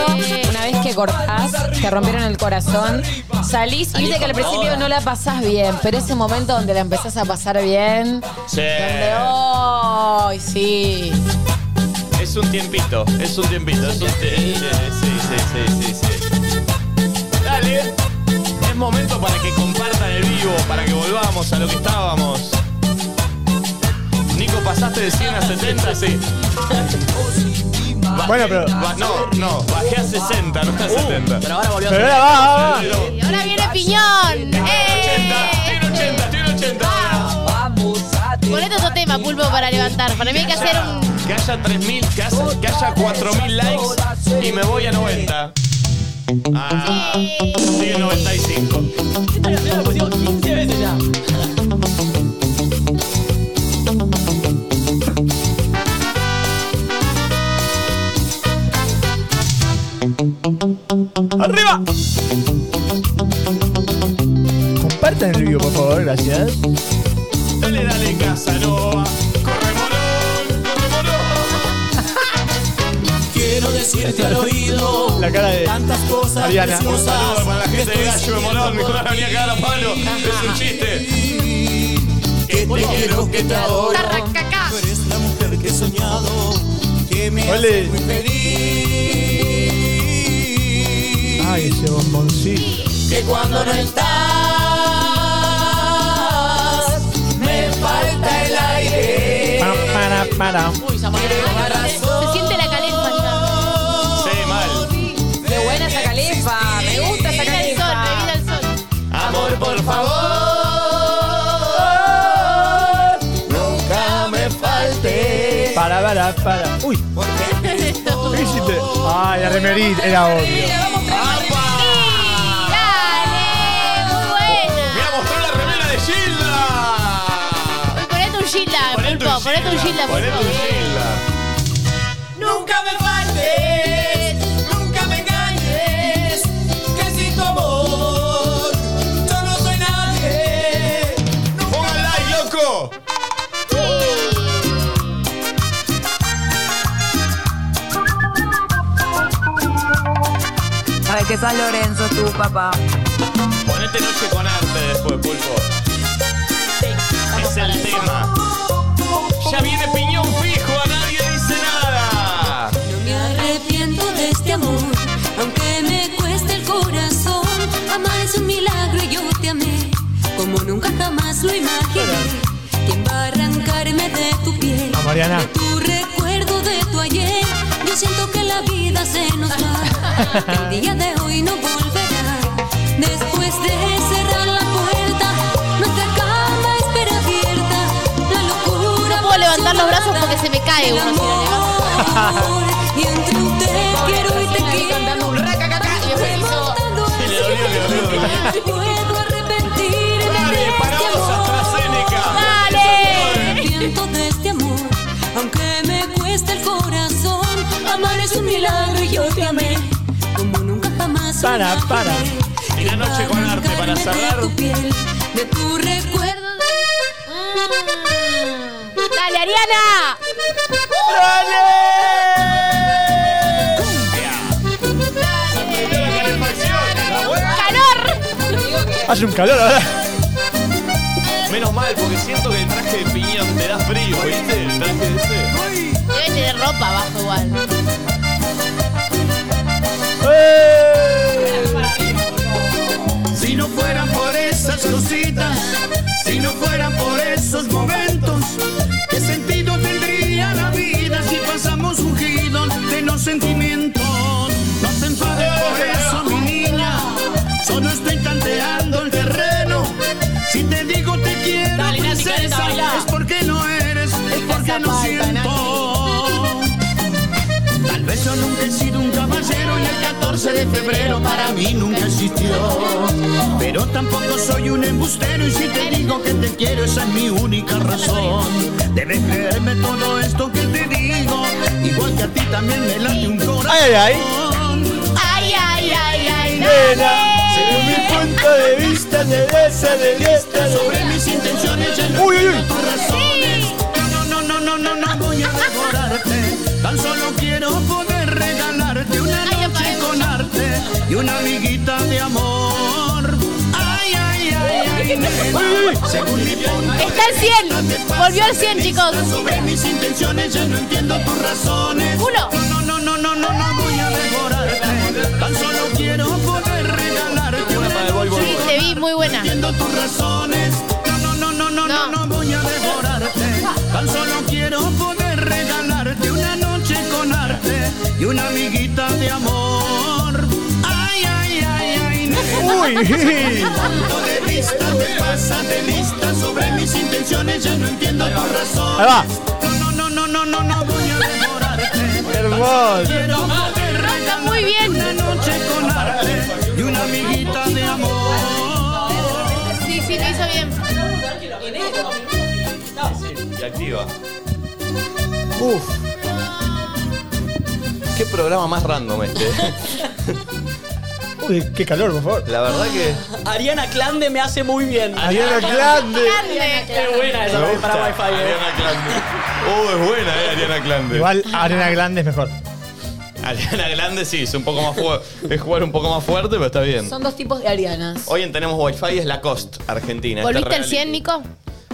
Una vez que cortás, te rompieron el corazón, salís y viste que al principio no la pasás bien, pero ese momento donde la empezás a pasar bien,
Sí.
donde ¡ay, sí!
Es un tiempito, es un tiempito, es un tiempito. Sí, sí, sí, sí, sí. Dale. Es momento para que compartan el vivo, para que volvamos a lo que estábamos. Nico, pasaste de 100 a 70, sí. Bajé-
Bueno, pero-
ba- no, no, bajé a 60, no a 70. Pero ahora volvió
a Pero ahora 70. va, va, va.
Y ahora viene piñón. ¡Eh!
80, tiene 80.
Ponete otro tema, pulpo, para levantar. Para mí hay que hacer un.
Que haya 3.000, que haya, que haya 4.000 likes y me voy a 90. Ah, sigue 95.
Ya lo pusimos 15 veces ya.
¡Arriba! Compartan el video, por favor, gracias.
Dale, dale, Casanova.
Quiero decirte al oído
La cara de
tantas cosas
Ariana.
preciosas.
Saludos para la gente de
que
Gallo
estoy
de Molón.
sintiendo
Nicolás
por
venía a cagar a palo. Es un chiste.
Que te quiero, que te adoro. Tú eres la mujer que he soñado, que me hace muy feliz.
Ay, ese bomboncito.
Que cuando no estás, me falta el aire.
Pam, para, para.
Se siente la calefa ya.
Sí, mal.
¡Qué buena esa calefa! ¡Me gusta esa
Bebida al sol,
calefa! Oh.
bebida al sol.
Amor, por
favor. Nunca me falte.
Para, para, para. Uy. ¿Qué hiciste? Ay, la remerita era obvio.
¡Dale! eh, ¡Muy buena!
Voy a mostrar la remera de Gilda.
Ah.
Uy, Ponete un Gilda, pulpo. Ponete un Gilda,
Ponete un
pulpo.
Gilda.
Nunca me faltes, nunca me engañes, que sin tu amor yo no soy nadie.
Pongan like, loco.
A ver, que San Lorenzo tú, papá.
Ponete noche con arte después, pulpo. Es el tema. Ya viene piñón fijo, a nadie dice nada.
Me arrepiento de este amor, aunque me cueste el corazón. Amar es un milagro y yo te amé, como nunca jamás lo imaginé. ¿Quién va a arrancarme de tu piel?
A Mariana.
De tu recuerdo de tu ayer. Yo siento que la vida se nos va, que el día de hoy no volverá. Después de cerrar la puerta, nuestra cama espera abierta. La locura.
No puedo levantar los brazos porque se me cae uno. si lo levanto.
Y entre un te quiero y te quiero.
Cantando un raca, y después hizo
puedo arrepentirme de este amor.
¡Dale!
Me arrepiento de este amor, aunque me cueste el corazón. Amar es un milagro y yo te amé, como nunca jamás.
Para, para.
Y la noche con arte
para cerrar.
De tu piel, de tu recuerdo.
¡Dale, Ariana!
Hace un calor, ¿verdad?
Menos mal, porque siento que el traje de piñón te da frío, ¿viste? El traje de ese.
Debe tener ropa abajo igual.
¡Eh! Si no fueran por esas cositas, si no fueran por esos momentos, ¿qué sentido tendría la vida si pasamos ungidos de los sentimientos? No te enfades por eso, mi niña, solo estoy tanteando el terreno. Si te digo te quiero,
Dale, Nati,
princesa,
canta, baila.
es porque no eres, es porque no siento. Tal vez yo nunca he sido un caballero y el 14 de febrero para mí nunca existió. Pero tampoco soy un embustero y si te digo que te quiero esa es mi única razón. Debes creerme todo esto que te digo, igual que a ti también me late un corazón.
Ay, ay, ay.
Ay, ay, ay, ay,
nena,
según mi punto de vista te besa de lista sobre mis intenciones ya no uy, tus razones. No, no, no, no, no, no voy a devorarte. Tan solo quiero poder regalarte una noche con arte y una amiguita de amor. Ay, ay, ay, ay, nena, según mi punto de
Está al 100. Volvió al 100, chicos.
sobre mis intenciones ya no entiendo tus razones.
Uno.
No, no, no, no, no, no voy a devorarte. Tan solo quiero poder regalarte una noche.
Sí, te vi muy buena.
Entiendo tus razones. No, no, no, no, no, no, no voy a devorarte. Tan solo quiero poder regalarte una noche con arte y una amiguita de amor. Ay, ay, ay, ay, nena.
Uy.
Punto de vista te pasa de lista sobre mis intenciones, ya no entiendo tus razones.
Ahí va.
No, no, no, no, no, no voy a devorarte.
Hermoso.
Quiero poder
Canta muy bien.
una noche con arte y una amiguita de amor.
Sí, sí, lo hizo bien.
Y activa.
Uf.
Qué programa más random este.
Uy, qué calor, por favor.
La verdad que.
Ariana Clande me hace muy bien.
Ariana Grande.
Qué buena esa
Me
vez
gusta.
para Wi-Fi. eh.
Ariana Grande. Oh, es buena, eh, Ariana Grande.
Igual Ariana Grande es mejor.
Ariana Grande sí, es un poco más fuerte. Es jugar un poco más fuerte, pero está bien.
Son dos tipos de arianas.
Hoy en tenemos Wi-Fi, es la Cost Argentina. este
¿Volviste al
reality.
100, Nico?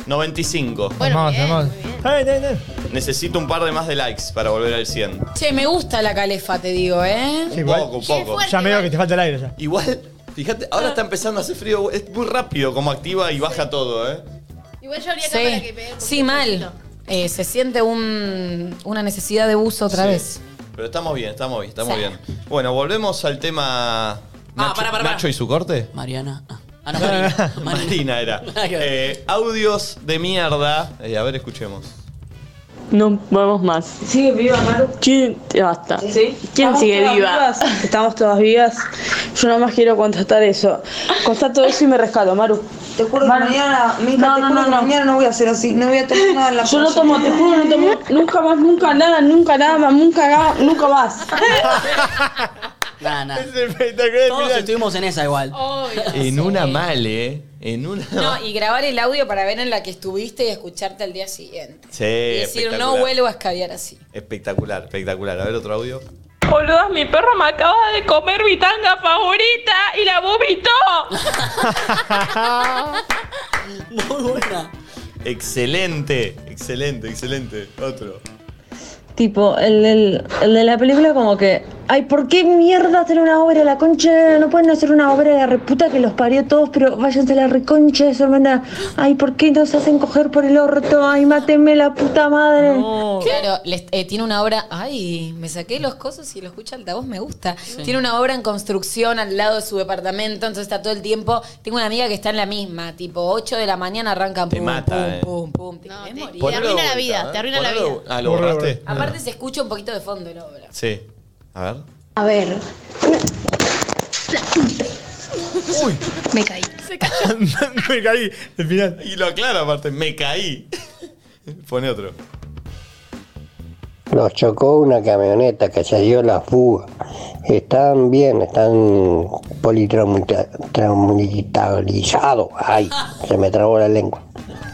95.
Vamos, vamos. Ay, ay, ay.
Necesito un par de más de likes para volver al 100.
Che, me gusta la calefa, te digo, ¿eh?
Sí, igual.
Poco, poco.
Ya veo que te falta el aire ya.
Igual, fíjate, ahora está empezando a hacer frío. Es muy rápido como activa y baja todo, ¿eh?
Igual yo abrí acá para
Sí,
que pegue un
sí mal. Eh, se siente un- una necesidad de buzo otra
Sí.
vez.
Pero estamos bien, estamos bien, estamos
Sí.
bien. Bueno, volvemos al tema. Nacho,
pará, pará, pará.
Nacho y su corte.
Mariana. Ah, Ah, no, Marina.
Marina era. Eh, audios de mierda. Eh, a ver, escuchemos.
No vamos más. ¿Sigue viva, Maru? ¿Quién? Basta. ¿Quién
¿Estamos
sigue
todas
viva?
vivas?
Estamos todas vivas. Yo nada más quiero contratar eso. Constato eso y me rescato, Maru. Te juro
que mañana- Mica, te juro que mañana
no voy a hacer así. No voy a tomar nada en
la
Yo no
calle.
tomo, te juro, no tomo. Nunca más, nunca nada, nunca nada más, nunca nada, nunca más.
Nah, nah.
espectacular.
Todos estuvimos en esa igual.
En una male, ¿eh? En una.
No, y grabar el audio para ver en la que estuviste y escucharte al día siguiente.
Sí,
Y decir, no
espectacular.
vuelvo a escabiar así.
Espectacular, espectacular. A ver otro audio.
Boludas, mi perro me acaba de comer mi tanga favorita y la vomitó.
Muy buena.
Excelente, excelente, excelente. Otro.
Tipo, el, del- el de la película como que, ay, ¿por qué mierda hacer una obra? La concha, no pueden hacer una obra de la reputa que los parió todos, pero váyanse a la reconcha de su hermana. Ay, ¿por qué nos hacen coger por el orto? Ay, mátenme la puta madre.
Claro, les- eh, tiene una obra. Ay, me saqué los cosos y lo escucha altavoz, me gusta. Tiene una obra en construcción al lado de su departamento, entonces está todo el tiempo. Tengo una amiga que está en la misma, tipo 8 de la mañana arrancan
Te
pum,
mata,
pum,
eh.
pum, pum. Te querés morir.
Ponelo de
arruina la
vuelta,
vida,
¿eh?
te arruina la
Ponelo de
vida.
vu- Ah, ¿lo borraste?
Aparte se escucha un poquito de fondo la obra.
Sí. A ver.
A ver.
Uy.
Me caí.
me caí. Al final.
Y lo aclara aparte, me caí. Pone otro.
Los chocó una camioneta que se dio la fuga. Están bien, están politraumatizados. Ay, se me trabó la lengua.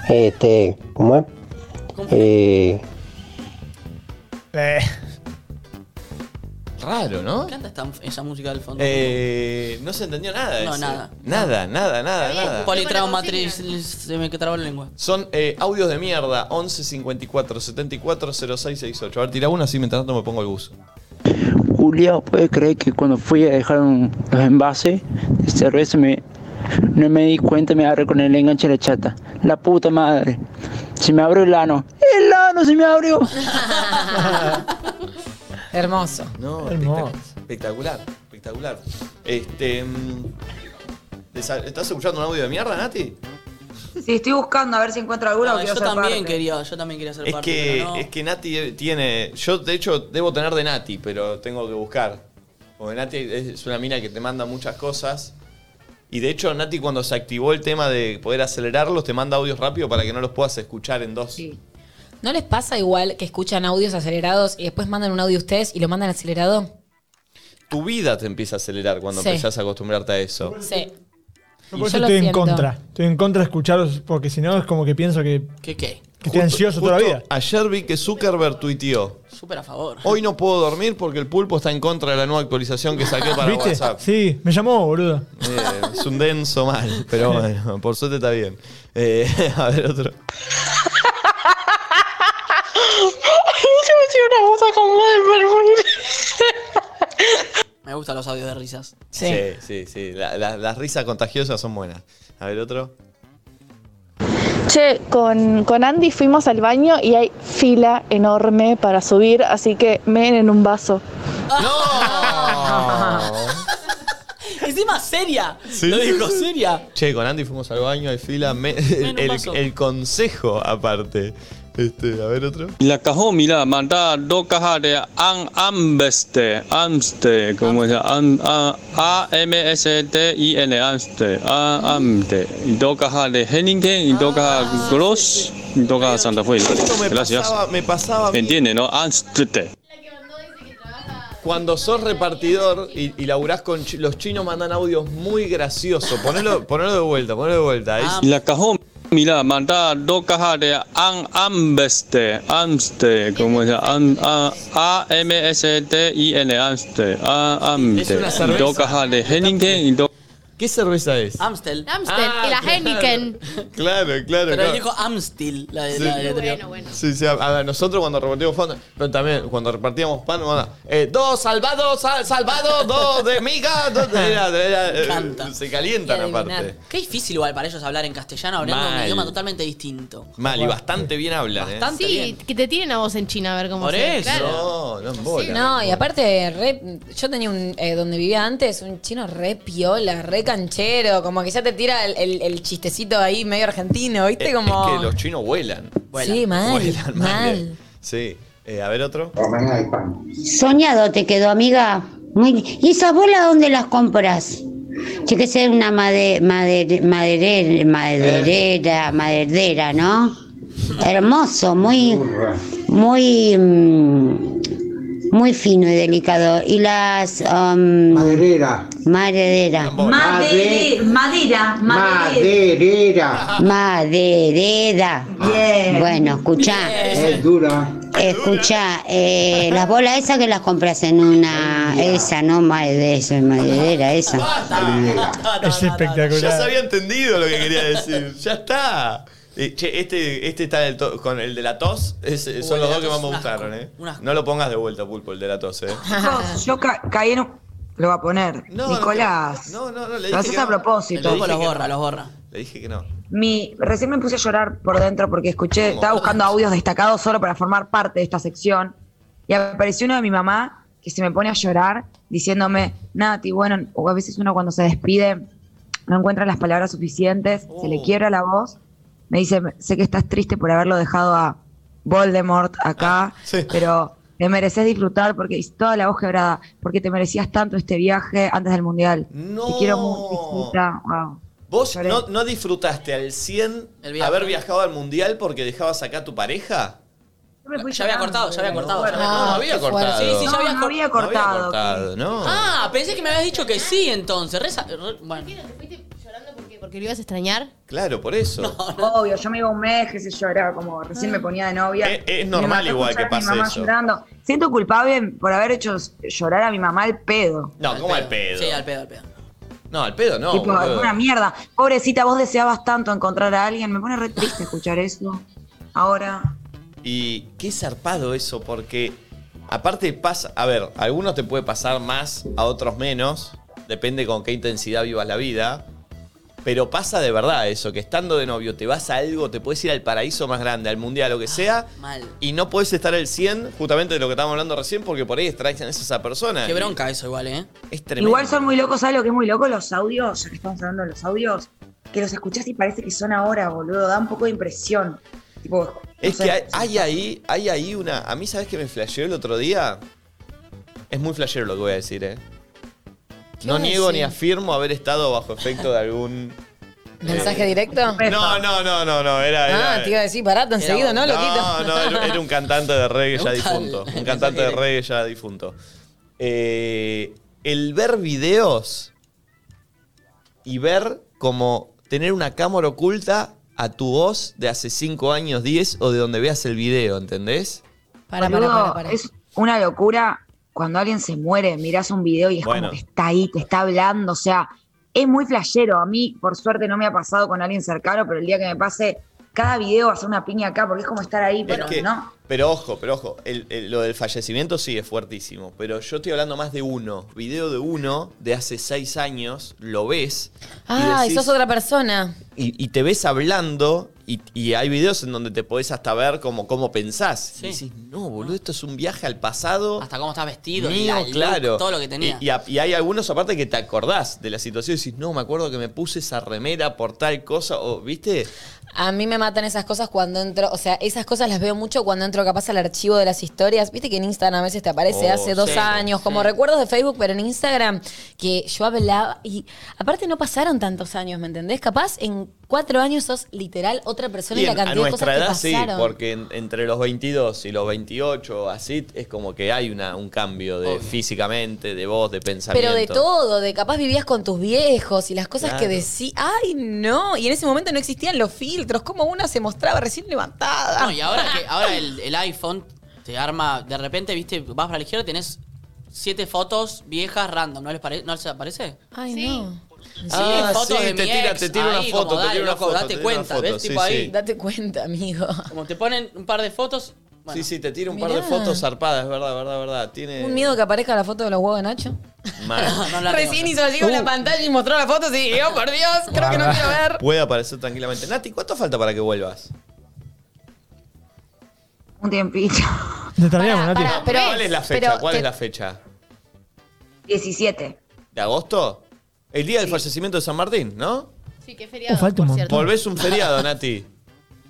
Este, ¿cómo es? Eh,
Eh,
Raro, ¿no?
Me encanta esta- esa música del fondo.
Eh, no se entendió nada.
No,
ese.
nada.
Nada, nada, nada, nada.
Politraumatriz, se me traba la lengua.
Son eh, audios de mierda. 11 54 74 06 68. A ver, tira uno así mientras tanto me pongo el bus.
Julia, ¿puedes creer que cuando fui a dejar un- los envases de cerveza me, no me di cuenta me agarré con el enganche de la chata? La puta madre. Se me abrió el ano. ¡El ano se me abrió!
Ah.
Hermoso.
No,
Hermoso.
espectacular, espectacular. Este. mm, desa- ¿Estás escuchando un audio de mierda, Nati?
Sí, estoy buscando a ver si encuentro alguno.
No,
que
yo
quiero ser
también
parte.
quería, yo también quería ser
Es
parte,
que,
pero no.
es que Nati eh, tiene. Yo, de hecho, debo tener de Nati, pero tengo que buscar. Porque Nati es una mina que te manda muchas cosas. Y de hecho, Nati, cuando se activó el tema de poder acelerarlos, te manda audios rápido para que no los puedas escuchar en dos.
¿No les pasa igual que escuchan audios acelerados y después mandan un audio a ustedes y lo mandan acelerado?
Tu vida te empieza a acelerar cuando
Sí.
empezás a acostumbrarte a eso.
Sí.
Y
Yo por
yo
eso
lo
estoy en
siento.
contra. Estoy en contra de escucharlos porque si no es como que pienso que.
¿Qué qué?
Que estoy ansioso toda la vida.
Ayer vi que Zuckerberg tuiteó.
Súper a favor.
Hoy no puedo dormir porque el pulpo está en contra de la nueva actualización que saqué para
¿Viste?
WhatsApp.
Sí, me llamó, boludo.
Eh, es un denso mal, pero bueno, por suerte está bien. Eh, a ver otro.
Yo me hice una bolsa con una de perfumir.
Me gustan los audios de risas.
Sí, sí, sí. La- la- las risas contagiosas son buenas. A ver otro.
Che, con, con Andy fuimos al baño y hay fila enorme para subir, así que meen en un vaso.
Encima seria.
Sí,
lo
sí,
dijo
sí.
seria.
Che, con Andy fuimos al baño, hay fila. me- el, el-
vaso.
el consejo aparte. Este, a ver otro.
La cajó, mira, manda dos cajas de am- Amste, Amste, como se llama? A-M-S-T-I-N, Amste, A- Amte. Y dos cajas de Hennington, y dos cajas Gross, y dos cajas Santa
Ah,
Fe.
me
Gracias.
pasaba- me pasaba a mí.
Entiende, ¿no? Amste.
Cuando sos repartidor y, y laburás con chi- los chinos, mandan audios muy graciosos. Ponelo, ponelo de vuelta, ponelo de vuelta. Ahí
Ah.
sí.
La cajó, mira, manda dos cajas de am- Amste, Amste, como se llama? A-M-S-T-I-N, Amste, A-
Es una
Amte. Y dos
cerveza.
cajas de Hennington, y dos.
¿Qué cerveza es?
Amstel.
Amstel
Ah,
y la Heineken.
Claro, claro.
Pero
claro.
él dijo Amstel, la de
Sí.
la de
Bueno,
anterior.
Sí, sí, a- a nosotros cuando repartimos fondo, pero también cuando repartíamos pan, bueno, eh, dos salvados, sal- salvados, dos de miga, dos de- era- era- eh,
Me encanta.
se calientan aparte.
Qué difícil igual para ellos hablar en castellano hablando un
Mal.
idioma totalmente distinto.
Mal, y bastante bien hablan, ¿eh?
Bastante
sí, que te tienen a vos en China a ver cómo
Por
se-
eso.
claro.
No, no es bola.
No, y aparte, re- yo tenía un, eh, donde vivía antes, un chino re piola, re canchero, como que ya te tira el, el- el chistecito ahí medio argentino, ¿viste?
Es-
Como...
Es que los chinos vuelan.
Sí, mal,
Vuelan,
mal.
Sí. Eh, a ver otro.
Soñado te quedó, amiga. Muy- ¿Y esas bolas dónde las compras? Tiene que ser una made, mader- maderer- maderera, maderera, ¿no? Hermoso, muy, muy, mm, muy fino y delicado. Y las... um, maderera. Maderera. Ah.
Madere- Madera, madera.
Maderera. Maderera.
Bien.
Bueno, escucha.
Es
dura. Escucha, eh, las bolas esas que las compras en una. Esa, no maderera, maderera,
Ah,
Es
esa.
espectacular.
espectacular.
Ya se había entendido lo que quería decir. ya está. Eh, che, este, este está del to- con el de la tos. es- son
el
los
de
dos
la
que
tos
más
es
me
un asco,
gustaron, ¿eh?
un asco.
No lo pongas de vuelta, Pulpo, el de la tos, ¿eh?
Chicos, yo ca- caí en un... Lo va a poner.
No, no,
Nicolás.
No, no, no, le dije.
Lo haces
que
a
no.
propósito.
Le dije que no.
los borra.
Le dije que no.
Mi, recién me puse a llorar por dentro porque escuché, estaba buscando audios destacados solo para formar parte de esta sección. Y apareció uno de mi mamá que se me pone a llorar diciéndome, Nati, bueno, o a veces uno cuando se despide no encuentra las palabras suficientes, se le quiebra la voz. Me dice, sé que estás triste por haberlo dejado a Voldemort acá, pero
Te mereces disfrutar porque hice toda la voz quebrada, porque te merecías tanto este viaje antes del mundial. Te quiero mucho, disfruta. Wow.
¿Vos no, no disfrutaste al 100
viaje.
haber viajado al mundial porque dejabas acá a tu pareja?
Ya había cortado, ya había cortado. ya
No, no
había cortado.
había cortado.
Sí, sí, ya había,
Ah, No había cortado.
cortado, ¿no?
Ah, pensé que me habías dicho que sí entonces. Reza- re- bueno.
¿Porque lo ibas a extrañar?
Claro, por eso.
Obvio, yo me iba un mes, qué sé yo, era como recién me ponía de novia.
Es- es
Me
normal
mató
igual que
escuchar a mi
pase
mamá
eso.
llorando. Siento culpable por haber hecho llorar a mi mamá al pedo.
No, ¿cómo al pedo?
Sí, al pedo, al pedo.
No, al pedo no.
tipo,
boludo.
una mierda. Pobrecita, vos deseabas tanto encontrar a alguien. Me pone re triste escuchar eso. Ahora.
Y qué zarpado eso, porque aparte pasa, a ver, a algunos te puede pasar más, a otros menos, depende con qué intensidad vivas la vida, pero pasa de verdad eso, que estando de novio te vas a algo, te puedes ir al paraíso más grande, al mundial,
Ah,
lo que sea,
Mal.
y no puedes estar al 100, justamente de lo que estábamos hablando recién, porque por ahí extrañas a esa persona.
Qué bronca eso igual, ¿eh?
Es tremendo.
Igual son muy locos, ¿sabes lo que es muy loco? Los audios, ya que estamos hablando de los audios, que los escuchás y parece que son ahora, boludo. Da un poco de impresión. Tipo, no
Es
sé,
que hay, hay ahí, hay ahí una. A mí, ¿sabes que me flasheó el otro día? Es muy flashero lo que voy a decir, ¿eh? No
vas a
niego ni
decir?
afirmo haber estado bajo efecto de algún.
¿Mensaje directo?
No, no, no, no, no. Era. era
Ah, te iba a decir barato enseguido, ¿no,
no,
loquito?
no, era, era un cantante de reggae ya
Me gusta el-
difunto.
el
Un cantante de reggae ya difunto. Eh, el ver videos y ver como tener una cámara oculta a tu voz de hace 5 años, 10 o de donde veas el video, ¿entendés?
Para,
Boludo,
para, para, para.
Es una locura cuando alguien se muere, mirás un video y es
Bueno.
como que está ahí, te está hablando, o sea, es muy flashero. A mí, por suerte, no me ha pasado con alguien cercano, pero el día que me pase, cada video va a ser una piña acá, porque es como estar ahí, pero
Es que-
no.
Pero ojo, pero ojo, el- el- lo del fallecimiento sí es fuertísimo, pero yo estoy hablando más de uno, video de uno de hace seis años, lo ves
Ah, y
decís-
sos otra persona.
y, y te ves hablando y, y hay videos en donde te podés hasta ver cómo, cómo pensás. Y decís, no, boludo, esto es un viaje al pasado.
Hasta cómo estás vestido,
mío,
la look,
claro.
todo lo que tenía.
Y, y a- y hay algunos aparte que te acordás de la situación y decís, no, me acuerdo que me puse esa remera por tal cosa, o, ¿viste?
A mí me matan esas cosas cuando entro, o sea, esas cosas las veo mucho cuando entro capaz al archivo de las historias. Viste que en Instagram a veces te aparece
Oh,
hace dos
sí,
años, como recuerdos de Facebook, pero en Instagram que yo hablaba y aparte no pasaron tantos años, ¿me entendés? Capaz en cuatro años sos literal otra persona y,
Y
la
en- a
cantidad de
nuestra
cosas que
edad sí,
pasaron.
porque en- entre los 22 y los 28, así, es como que hay una, un cambio de físicamente, de voz, de pensamiento.
Pero de todo, de capaz vivías con tus viejos y las cosas que
Claro.
decís, ay no, y en ese momento no existían los filtros, como una se mostraba recién levantada.
No, y ahora que ahora el, el iPhone te arma, de repente, viste, vas para la izquierda y tenés siete fotos viejas random, ¿no les, pare- no les aparece?
Ay, no.
Sí, Ah, fotos sí, de te mi tira- ex, te tira una ahí, foto, como te tira dale, una loco, foto, date te tira una cuenta, foto, ¿ves? sí, Tipo ahí. sí.
Date cuenta, amigo.
Como te ponen un par de fotos.
Sí, sí, te tira un par de
Mirá.
fotos zarpadas, es verdad, verdad, verdad. Tiene
Un miedo que aparezca la foto de los huevos de Nacho.
mal.
Recién hizo así con la pantalla y mostró la foto y yo, por Dios, creo que no quiero ver.
Puede aparecer tranquilamente. Nati, ¿cuánto falta para que vuelvas?
Un tiempito.
Te tardamos, Nati.
pero-
¿Cuál es la fecha?
pero
¿Cuál
te-
es la fecha?
17.
¿De agosto? El día del fallecimiento de San Martín, ¿no?
Sí, qué feriado.
Oh, falta
por
un montón.
cierto.
Volvés un feriado, Nati.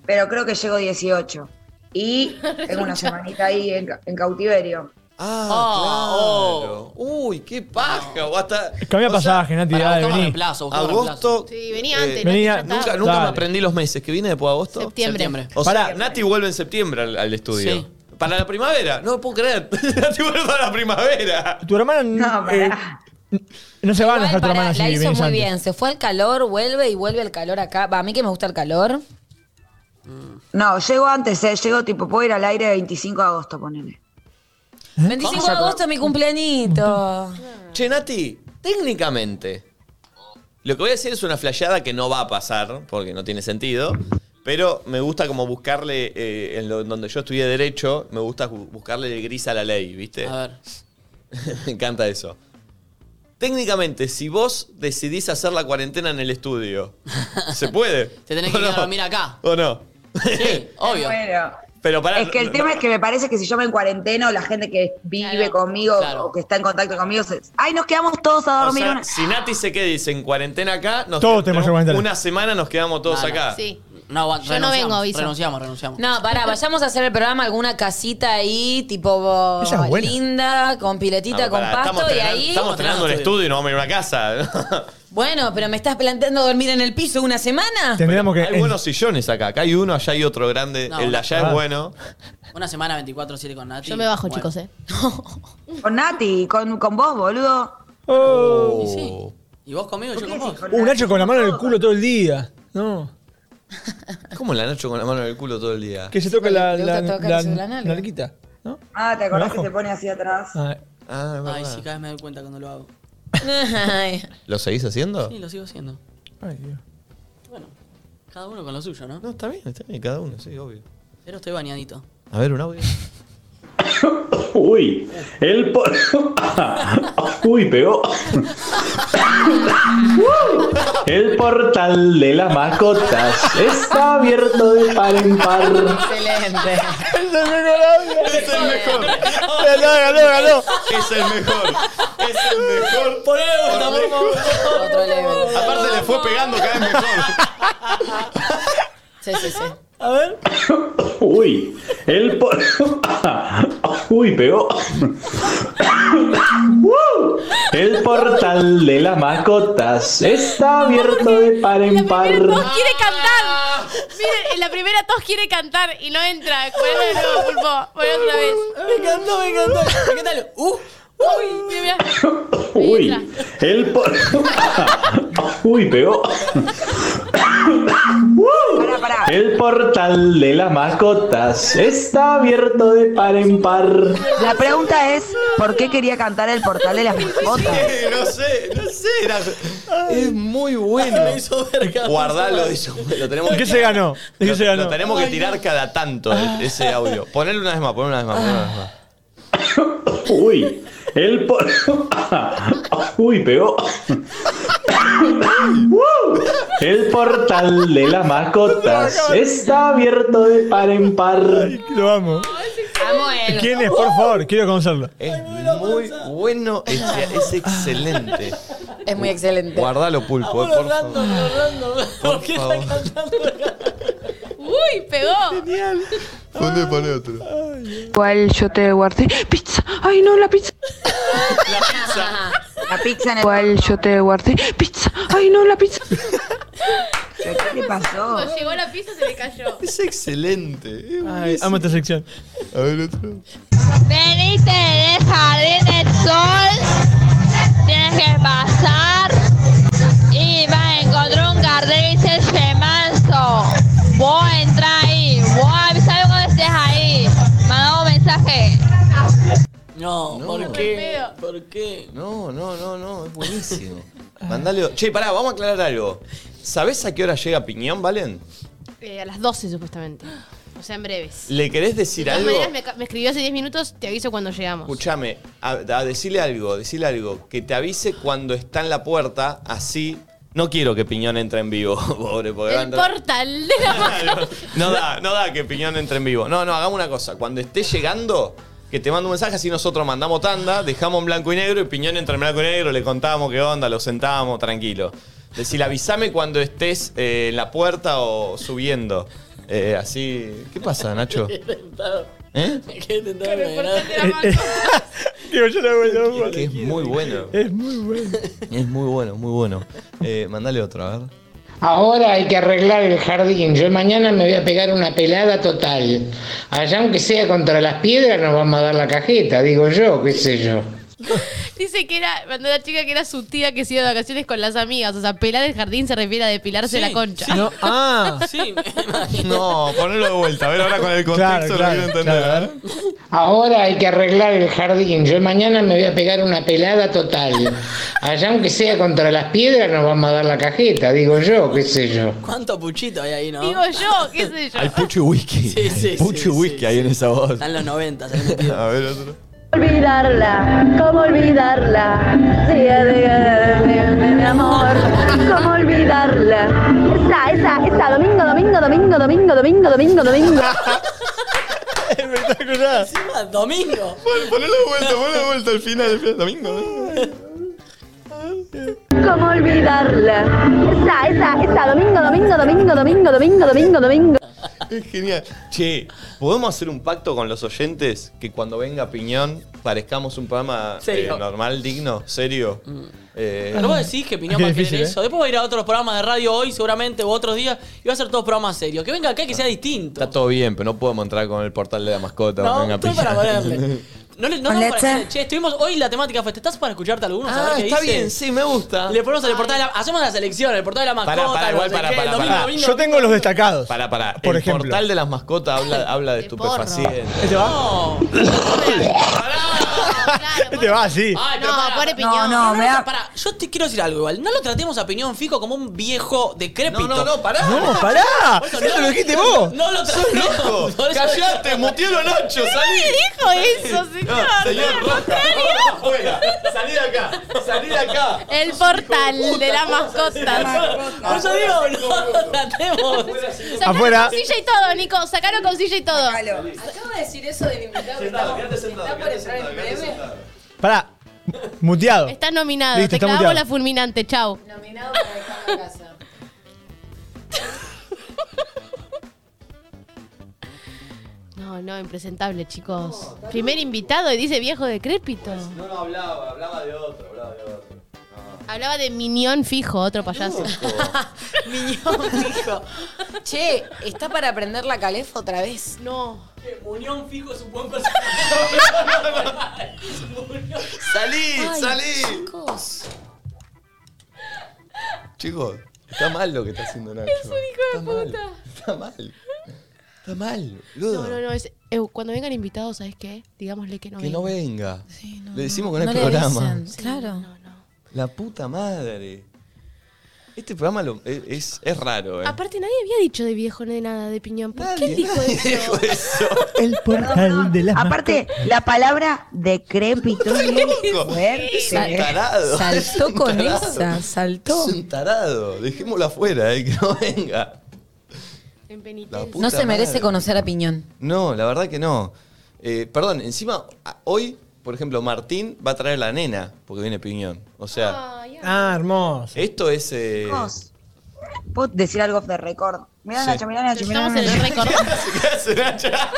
Pero creo que llego 18. Y tengo una semanita ahí en, en cautiverio.
Ah, claro. Uy, qué paja. O hasta,
Cambia pasaje, Nati, dale, vení.
agosto.
Sí, venía antes.
eh,
Nati, ya estaba.
nunca nunca me
Dale.
aprendí los meses. ¿Qué viene después de agosto?
Septiembre. Septiembre.
O sea, Nati vuelve en septiembre al, al estudio.
Sí.
Para la primavera. No me puedo creer. Nati vuelve para la primavera.
Tu hermana no, eh, no se va a enojar tu hermana si
la hizo
venís
muy
antes.
bien. Se fue al calor, vuelve y vuelve el calor acá. Va, a mí que me gusta el calor.
No, llego antes, ¿eh? Llego tipo, puedo ir al aire 25 de agosto, ponele.
25 de agosto es mi cumpleañito.
Che, Nati, técnicamente. Lo que voy a decir es una flasheada que no va a pasar, porque no tiene sentido. Pero me gusta como buscarle, eh, en lo- donde yo estudié Derecho, me gusta bu- buscarle el gris a la ley, ¿viste? A
ver.
me encanta eso. Técnicamente, si vos decidís hacer la cuarentena en el estudio, ¿se puede?
Te tenés
¿O
que ir a
no?
dormir acá.
¿O no?
Obvio.
Bueno.
Pero para
Es que el tema es que me parece que si yo me encuarenteno, la gente que vive conmigo o que está en contacto conmigo, se, ay, nos quedamos todos a
Oh,
O
dormir.
sea,
una-".
si Nati se queda y dice en cuarentena acá, nos
Todos
qued-
tenemos que
tenemos
aguantar.
una semana nos quedamos todos acá. Ah,
Sí.
No, aguanta,
Yo no
renunciamos,
vengo, aviso.
Renunciamos, renunciamos.
No, pará, vayamos a hacer el programa alguna casita ahí, tipo
Esa es buena.
linda, con piletita,
Ah,
con
pará,
pasto,
estamos
y
estrenando-
ahí.
Estamos estrenando el estudio y no vamos a ir a una casa.
Bueno, pero me estás planteando dormir en el piso una semana.
Tendríamos que. Hay buenos sillones acá. Acá hay uno, allá hay otro grande.
No.
el de allá
Ah.
es bueno.
Una semana 24-7 con Nati.
Yo me bajo,
Bueno.
chicos, ¿eh?
Con Nati, con, con vos, boludo.
Oh.
¿Y vos conmigo? Yo con vos.
Un Uh, Nacho con la mano en el culo todo el día. No.
¿Cómo la Nacho con la mano en el culo todo el día?
Que se toca la,
Le gusta
la,
tocar
la-
eso de la nalga.
nalguita.
Ah, ¿te acordás
Abajo.
que se pone así atrás?
Ah,
Ay, sí, cada vez me doy cuenta cuando lo hago.
¿Lo seguís haciendo?
Sí, lo sigo haciendo.
Ay, Dios.
Bueno, cada uno con lo suyo, ¿no?
No, está bien, está bien, cada uno, sí, obvio.
Pero estoy bañadito.
A ver, un audio.
Uy, el po- Uy, pegó. El portal de las mascotas está abierto de par en par.
Excelente.
Es el mejor audio. Es el mejor. Ganó, ganó, ganó. Es el mejor. Es el mejor. Ponle gusta, por favor. Otro level. Aparte le fue pegando cada vez mejor.
Sí, sí, sí.
A ver. Uy, el por... Uy, pegó. Uh, El portal de las mascotas está abierto de par en par.
Todos quiere cantar. Miren, en la primera todos quiere cantar y no entra. Bueno, de nuevo, pulpo. Bueno, otra vez.
Me encantó, me encantó. ¿Qué tal? ¡Uh!
¡Uy! Mira, mira.
Uy, el por... Uy, pegó. Uh, El portal de las mascotas está abierto de par en par.
La pregunta es, ¿por qué quería cantar el portal de las mascotas?
no sé, no sé. era- es muy bueno. Lo Ah, hizo Guardalo, hizo- lo tenemos
¿Qué se ganó? ¿De qué
lo,
se ganó? Ah.
lo tenemos que tirar cada tanto e- ese audio. Ponelo una vez más, ponelo una vez más, ponelo una vez más.
Uy, el por... Uy, pegó. Uh, El portal de las mascotas está abierto de par en par.
Lo amo.
Ah,
¿Quién es? Por favor, quiero conocerlo.
Es
Eh.
muy bueno, es, es excelente.
Es muy excelente.
Guardalo, pulpo, eh, por favor.
¿Por qué está cantando?
¡Uy! Pegó. Genial.
¿Dónde pone otro?
Cual yo te guardé pizza. Ay, no, la pizza.
La pizza.
La pizza en el...
Cual yo te guardé pizza. Ay, no, la pizza.
¿Qué le pasó?
Cuando llegó a la pizza se le cayó.
Es excelente.
Ay, amo esta sección.
A ver otro.
Veniste en el jardín del sol, tienes que pasar y vas a encontrar un jardín y se manso. Vos entra ahí, vos avisame cuando estés ahí, manda un mensaje.
No, ¿por qué? ¿Por qué?
No, no, no, no, es buenísimo. Mandale. Che, pará, vamos a aclarar algo. ¿Sabés a qué hora llega Piñón, Valen?
Eh, a las 12 supuestamente. O sea, en breves.
¿Le querés
De
decir
todas
algo?
maneras, me, ca- me escribió hace 10 minutos, te aviso cuando llegamos.
Escúchame, a, a decirle algo, decirle algo. Que te avise cuando está en la puerta, así. No quiero que Piñón entre en vivo, pobre, porque va a
El
entrar-
portal de la
No da, no da que Piñón entre en vivo. No, no, hagamos una cosa. Cuando esté llegando, que te mando un mensaje, así nosotros mandamos tanda, dejamos en blanco y negro y Piñón entra en blanco y negro, le contamos qué onda, lo sentábamos, tranquilo. Decir, avísame cuando estés eh, en la puerta o subiendo. Eh, así. ¿Qué pasa, Nacho? ¿Eh?
Me quedé tentado de
yo no
Es que es muy bueno.
Es muy bueno.
Es muy bueno, muy bueno. Eh, mandale otro, a ver.
Ahora hay que arreglar el jardín. Yo mañana me voy a pegar una pelada total. Allá, aunque sea contra las piedras, nos vamos a dar la cajeta, digo yo, qué sé yo.
Dice que era, mandó la chica que era su tía que se iba de vacaciones con las amigas. O sea, pelar el jardín se refiere a depilarse la concha.
No, ah.
Sí,
No, ponelo de vuelta. A ver, ahora con el contexto lo quiero entender. ¿eh? a ver.
Ahora hay que arreglar el jardín. Yo mañana me voy a pegar una pelada total. Allá, aunque sea contra las piedras, nos vamos a dar la cajeta, digo yo, qué sé yo.
¿Cuánto puchito hay ahí, no?
Digo yo, qué sé yo.
Hay pucho y whisky.
Sí, sí,
Hay pucho y whisky ahí en esa voz.
Están los 90.
A ver otro.
Olvidarla, cómo olvidarla, día de, de- de mi amor, cómo olvidarla. Esa, esa, esa, domingo, domingo, domingo, domingo, domingo, domingo, domingo.
Espectacular.
Encima, domingo.
Ponelo de vuelta, ponelo de vuelta al final, al final, domingo. ¿no?
¿Cómo olvidarla? Esa, esa, esa, domingo, domingo, domingo, domingo, domingo, domingo, domingo.
Es genial. Che, ¿podemos hacer un pacto con los oyentes que cuando venga Piñón parezcamos un programa
Serio. Mm.
eh, normal, digno, serio? Eh,
Pero vos decís que Piñón
Qué
va a querer
difícil, ¿eh?
eso. Después va a ir a otros programas de radio hoy, seguramente, o otros días, y va a hacer todos programas serios. Que venga acá y que sea distinto.
Está todo bien, pero no podemos entrar con el portal de la mascota.
No,
cuando venga
estoy para
Piñón.
ponerle. No le no,
¿Con
no, para
leche?
decirle, che, estuvimos hoy la temática fue, ¿te estás para escucharte algunos?
Ah, está bien, sí, me gusta.
Le ponemos el portal de la, hacemos la selección, el portal de la mascota,
Para, para, igual,
no sé
para,
qué,
para,
domingo,
para.
domingo,
Yo tengo los destacados.
Para, para.
Por
el
ejemplo.
portal de las mascotas habla, habla de estupefacientes.
¿Este va? Este va así.
Ay, pero
No,
para,
pobre
para.
Piñón.
No, no,
me da-
para. Yo te quiero decir algo igual. No lo tratemos a Piñón Fico como un viejo decrépito.
No, no, no, pará. No,
pará.
Eso
Eso
no-
lo dijiste vos.
No lo
¡Sos
tratemos.
loco!
Por eso-
¡Callate! ¡Mutielo Nacho! ¡Salí!
¿Quién dijo eso,
Salí.
señor?
No, señor Roca. ¡Fuera! ¡Salí de acá! ¡Salí de acá!
El portal de la mascota.
Por eso digo, no lo tratemos.
Sacaron
Afuera.
con silla y todo, Nico. Sacaron con silla y todo.
Acabo de decir eso del invitado.
Sentado,
que
quédate sentado,
Está por
quédate
entrar
sentado,
en
quédate
breve.
sentado.
Pará. Muteado.
Está nominado.
Listo,
Te
está
clavamos
muteado.
la fulminante. Chau.
Nominado para dejar la casa.
No, no, impresentable, chicos. Primer invitado y dice viejo decrépito.
No, no hablaba, hablaba de otro, hablaba de otro.
Hablaba de Minión Fijo, otro payaso.
Miñón, dijo. Che, ¿está para prender la calefa otra vez?
No.
Unión Fico es un buen personaje.
¡Salí!
Ay,
¡Salí!
Chicos.
Chicos, está mal lo que está haciendo Nacho.
Es un hijo de puta.
Está mal. Está mal, boludo.
No, no, no. Es, eh, cuando vengan invitados, ¿sabes qué? Digámosle que no
Que
vengan.
no venga. le decimos con
No
el
le
programa.
avisan, claro.
La puta madre. Este programa lo- es, es- es raro, ¿eh?
Ah.
Aparte, nadie habie dicho de viejo ni de nada de piñón. ¿Por qué dijo eso?
El portal de las
Aparte, la palabra decrépito es muy
loco.
fuerte.
Es un tarado. Es un tarado.
saltó.
Es un tarado. Dejémoslo afuera, ¿eh? Que no venga.
En
La puta
No se merece
madre.
conocer a Piñón.
No, la verdad que no. Eh, perdón, encima, a- hoy, por ejemplo, Martín va a traer la nena, porque viene Piñón. O sea,
Ah, hermoso.
esto es... eh,
Chicos, ¿Puedo decir algo de récord? Mirá,
Sí.
Nacho, mirá, Nacho, mirá.
Estamos en el
Nacho.
récord.
¿Qué hace, Nacha?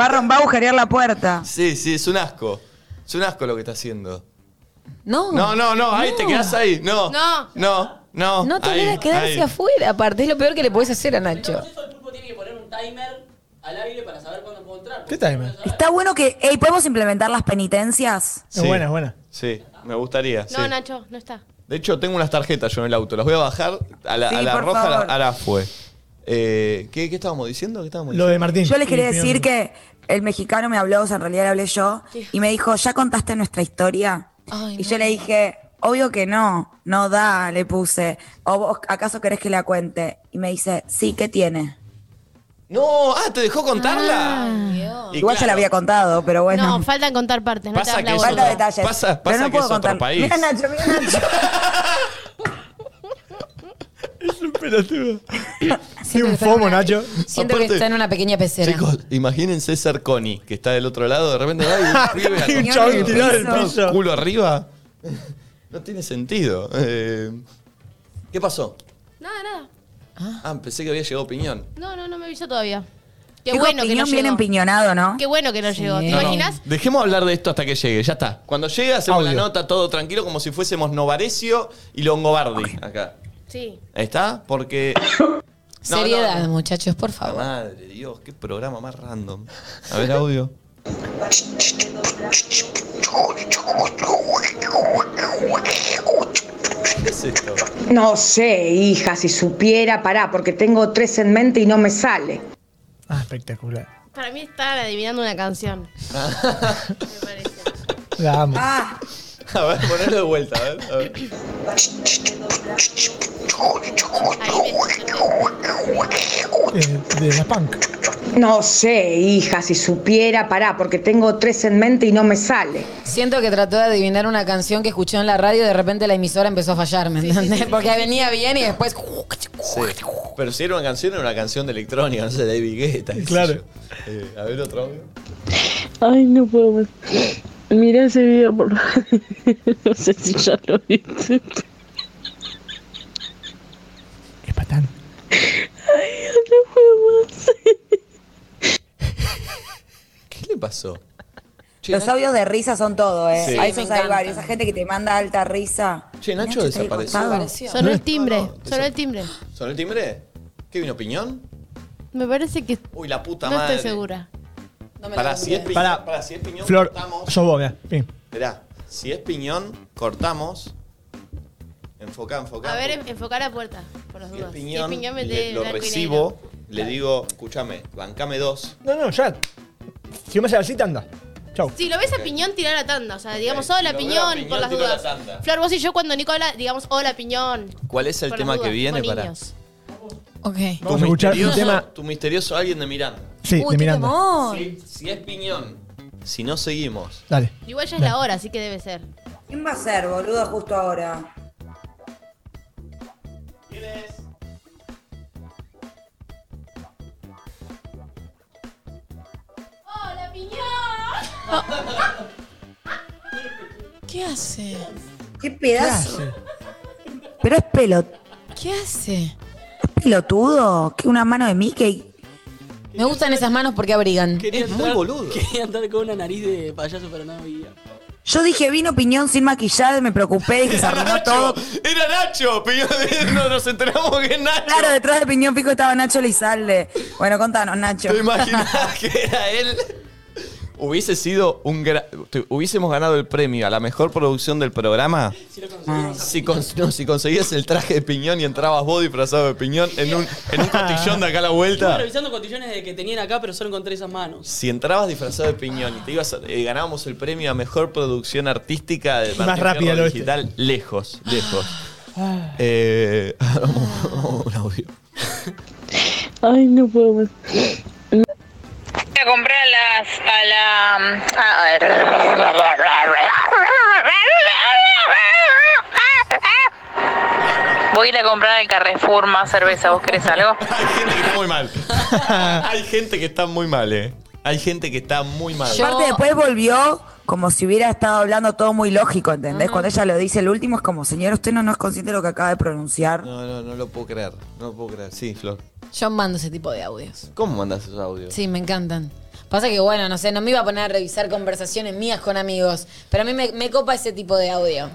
Va a, rom- va a agujerear la puerta.
Sí, sí, es un asco. Es un asco lo que está haciendo.
No.
No, no, no, ahí te quedás ahí. No.
No.
No, no.
No te
ahí,
quieras quedarse
ahí.
afuera, aparte es lo peor que le puedes hacer a Nacho.
El pulpo tiene que poner un timer al aire para saber cuándo puedo entrar.
¿Qué timer?
Está bueno que. Ey, ¿podemos implementar las penitencias?
Sí.
Es buena, es buena.
Sí, me gustaría. sí.
No, Nacho, no está.
De hecho, tengo unas tarjetas yo en el auto. Las voy a bajar a la,
Sí,
a la
por
roja, a la,
favor.
a la fue. Eh, ¿qué, qué estábamos diciendo? ¿Qué estábamos
Lo de Martín.
Yo les quería
Sí,
decir que el mexicano me habló, o sea, en realidad le hablé yo, y me dijo, ¿ya contaste nuestra historia? y yo le dije, obvio que no, no da, le puse. ¿O vos acaso querés que la cuente? Y me dice, sí, ¿qué tiene?
No, ah, ¿te dejó contarla? Y
Igual ya la
claro,
había contado, pero bueno.
No, faltan contar partes. No te
Pasa
das la
que es
Falta
otro-
bola.
detalles. pero
pasa- pasa
no
que
puedo
es otro
contar.
país.
Mira Nacho, mira Nacho.
pelotudo. Sí,
que
un
está
fomo,
buena.
Nacho.
Siento que
Aparte-
está en una pequeña pecera.
Chicos, imagínense ser Connie, que está del otro lado, de repente va y un pibe
Y un
acostado,
chabón tirado del
con
piso.
culo arriba. No tiene sentido. Eh, ¿Qué pasó?
Nada, nada.
Ah, pensé que había llegado opinión.
No, no, no me avisó todavía. Qué
Digo,
bueno que no
piñón bien
llegó.
empiñonado, ¿no?
Qué bueno que no llegó. ¿Te
No, no.
imaginas?
Dejemos hablar de esto hasta que llegue, ya está. Cuando llegue hacemos
Audio.
la nota todo tranquilo como si fuésemos Novarecio y Longobardi acá.
Sí.
Ahí ¿Está? Porque... No, no,
Seriedad,
no.
muchachos, por
La
favor.
Madre de Dios, qué programa más random. A ver, audio. ¿Qué es esto?
No sé, hija, si supiera, pará, porque tengo tres en mente y no me sale.
Ah, espectacular.
Para mí está adivinando una canción.
La amo.
Ah.
A ver, ponelo de vuelta, a ver. A ver.
Eh, de la punk.
No sé, hija, si supiera, pará, porque tengo tres en mente y no me sale.
Siento que trató de adivinar una canción que escuchó en la radio y de repente la emisora empezó a fallar, ¿me entendés? Porque venía bien y después.
Sí. Pero si era una canción, era una canción de electrónica, no sé, de David Guetta. qué sé
Claro.
yo. Eh, a ver, otro audio.
Ay, no puedo más. Mirá ese video por No sé si ya lo viste.
¿Qué le pasó? Che,
Los
Nacho-
audios de risa son todo, ¿eh?
Sí.
A
Sí,
esos
me
hay
encanta.
varios. Esa gente que te manda alta risa.
Che, Nacho
está ahí
desapareció.
cortado.
Sonó el timbre, sonó el timbre.
¿Sonó el timbre? ¿Qué vino, piñón?
Me parece que.
Uy, la puta
no
madre.
estoy segura.
Pará, si es piñón,
Pará.
pará, si es piñón,
Flor,
cortamos.
sos vos, mirá. Bien.
Esperá, si es piñón, cortamos. Enfocá, enfocá.
A ver, en- enfocar a puerta, por las
si es
dudas.
piñón,
Si es piñón,
le-
mete
lo
blanco y negro.
recibo, le digo, escúchame, bancame dos.
No, no, ya. Si me hace la cita, anda. Chau.
Si lo ves a Piñón, tirar la tanda. O sea, digamos,
Si
hola,
lo veo a
Piñón,
Piñón,
por las
tiro la
dudas.
tanda.
Flor, vos y yo, cuando Nico habla, digamos, hola, Piñón.
¿Cuál es el
Por las
tema que
dudas,
viene
tipo
para
niños.
tu
Vamos a escuchar un
misterioso,
tema.
tu misterioso alguien de Miranda?
Sí, de Miranda.
Si, si es piñón, si no seguimos.
Dale.
Igual ya es la hora, así que debe ser.
¿Quién va a ser, boludo, justo ahora?
¡Hola, Piñón!
¿Qué hace?
¿Qué pedazo? Pero es pelo,
¿Qué hace?
es pelotudo. Que una mano de Mickey.
Me gustan esas manos porque abrigan.
Quería entrar- Quería andar con una nariz de payaso, pero no había.
Yo dije, vino piñón sin maquillado y me preocupé y que se arruinó todo.
Era Nacho, piñón, no nos enteramos que es Nacho.
Claro, detrás de Piñón Pico estaba Nacho Lizalde. Bueno, contanos, Nacho.
¿Te imaginás que era él? Hubiese sido un gra- te- hubiésemos ganado el premio a la mejor producción del programa si, cons- no, si conseguías el traje de piñón y entrabas vos disfrazado de piñón en un, en un cotillón de acá a la
Estaba
vuelta.
revisando cotillones de que tenían acá, pero solo encontré esas manos.
Si entrabas disfrazado de piñón y te ibas a- eh, ganábamos el premio a mejor producción artística de
Más
Martín
rápida
Fierro
lo Ah. este.
digital, lejos, lejos. Eh, vamos, un audio.
Ay, no puedo más.
Voy a comprar a las. a la. Voy a ir a comprar al Carrefour más cerveza. ¿Vos querés algo?
Está muy mal. Hay gente que está muy mal, eh. Hay gente que está muy mal.
Aparte, después volvió como si hubiera estado hablando todo muy lógico, ¿entendés? Cuando ella lo dice el último, es como, señor, usted no, no es consciente de lo que acaba de pronunciar.
No, no, no lo puedo creer. No lo puedo creer. Sí, Flor.
Yo mando ese tipo de audios.
¿Cómo mandas esos audios?
Sí, me encantan. Pasa que, bueno, no sé, no me iba a poner a revisar conversaciones mías con amigos. Pero a mí me, me copa ese tipo de audio.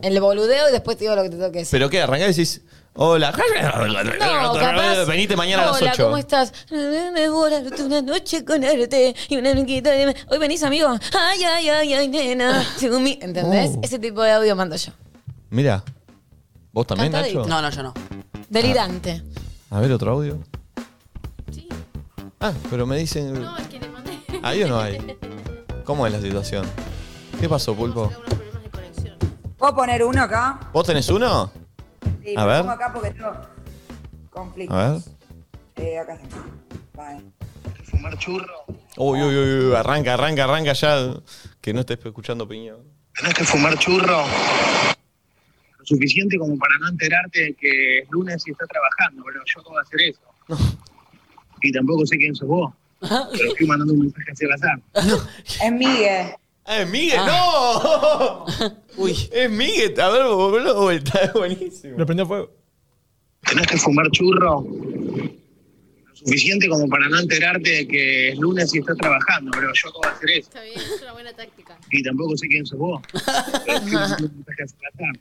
El boludeo y después te digo lo que te toque decir.
¿Pero qué? Arrancás y decís, hola.
No, capaz-
Venite mañana a las
Hola,
8.
¿cómo estás? Me voy a darte una noche con arte y una noquita de- Hoy venís, amigo. Ay, ay, ay, ay, nena. To me- ¿Entendés?
Oh.
Ese tipo de audio mando yo.
Mira. ¿Vos también,
Cantadito.
Nacho?
No,
no, yo no.
Delirante.
A ver, otro audio. Sí. Ah, pero me dicen. No,
es que le mandé.
¿Hay o no hay? ¿Cómo es la situación? ¿Qué pasó, Pulpo?
¿Puedo poner uno acá?
¿Vos tenés uno?
Sí,
A
me
ver.
pongo acá porque tengo conflicto.
A ver.
Eh, acá está. Vale.
Fumar churro.
Uy, uy, uy, uy, arranca, arranca, arranca ya. Que no estés escuchando piñón.
Tenés que fumar churro. Lo suficiente como para no enterarte de que es lunes y estás trabajando, pero yo no voy a hacer eso. Y tampoco sé quién sos vos.
Ah.
Pero estoy mandando un mensaje hacia el azar.
Es Miguel.
¡Ah, es Miguel! ¡No! Uy. Es Miguel. A ver, volvelo de vuelta. Es buenísimo.
Lo prendió fuego.
Tenés que fumar churro. Lo suficiente como para no enterarte de que es lunes y estás trabajando, pero yo no voy a hacer eso.
Está bien, es una buena táctica.
Y tampoco sé quién sos vos. Pero estoy mandando un mensaje hacia el azar.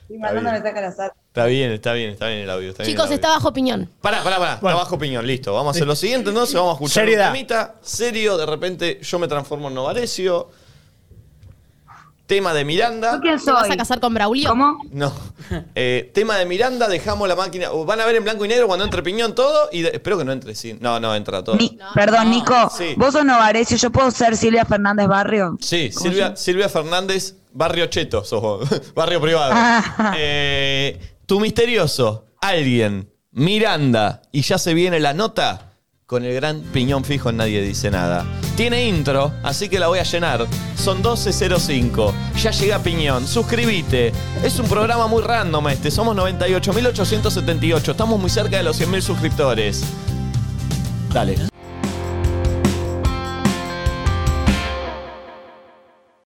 Estoy mandando
bien.
mensaje al azar.
Está bien, está bien, está bien el audio. Está
Chicos,
bien el
está
audio.
bajo Piñón.
Pará, pará, pará. Está bajo piñón, listo. Vamos a hacer lo siguiente entonces. Vamos a escuchar
Seriedad.
un temita serio. De repente yo me transformo en Novarecio. Tema de Miranda.
¿Quién soy? ¿Vas a casar con Braulio? ¿Cómo?
No. Eh, tema de Miranda, dejamos la máquina. o Van a ver en blanco y negro cuando entre piñón todo. y de- Espero que no entre, sí. No, no, entra todo.
Perdón, Nico.
Sí.
Vos sos Novarecio, yo puedo ser Silvia Fernández Barrio.
Sí, Silvia, Silvia Fernández, barrio cheto, sos vos. barrio privado. Eh, tu misterioso, alguien, Miranda, y ya se viene la nota con el gran piñón fijo en Nadie Dice Nada. Tiene intro, así que la voy a llenar. Son 12.05. Ya llega Piñón. Suscríbete. Es un programa muy random este. Somos 98.878. Estamos muy cerca de los 100.000 suscriptores. Dale.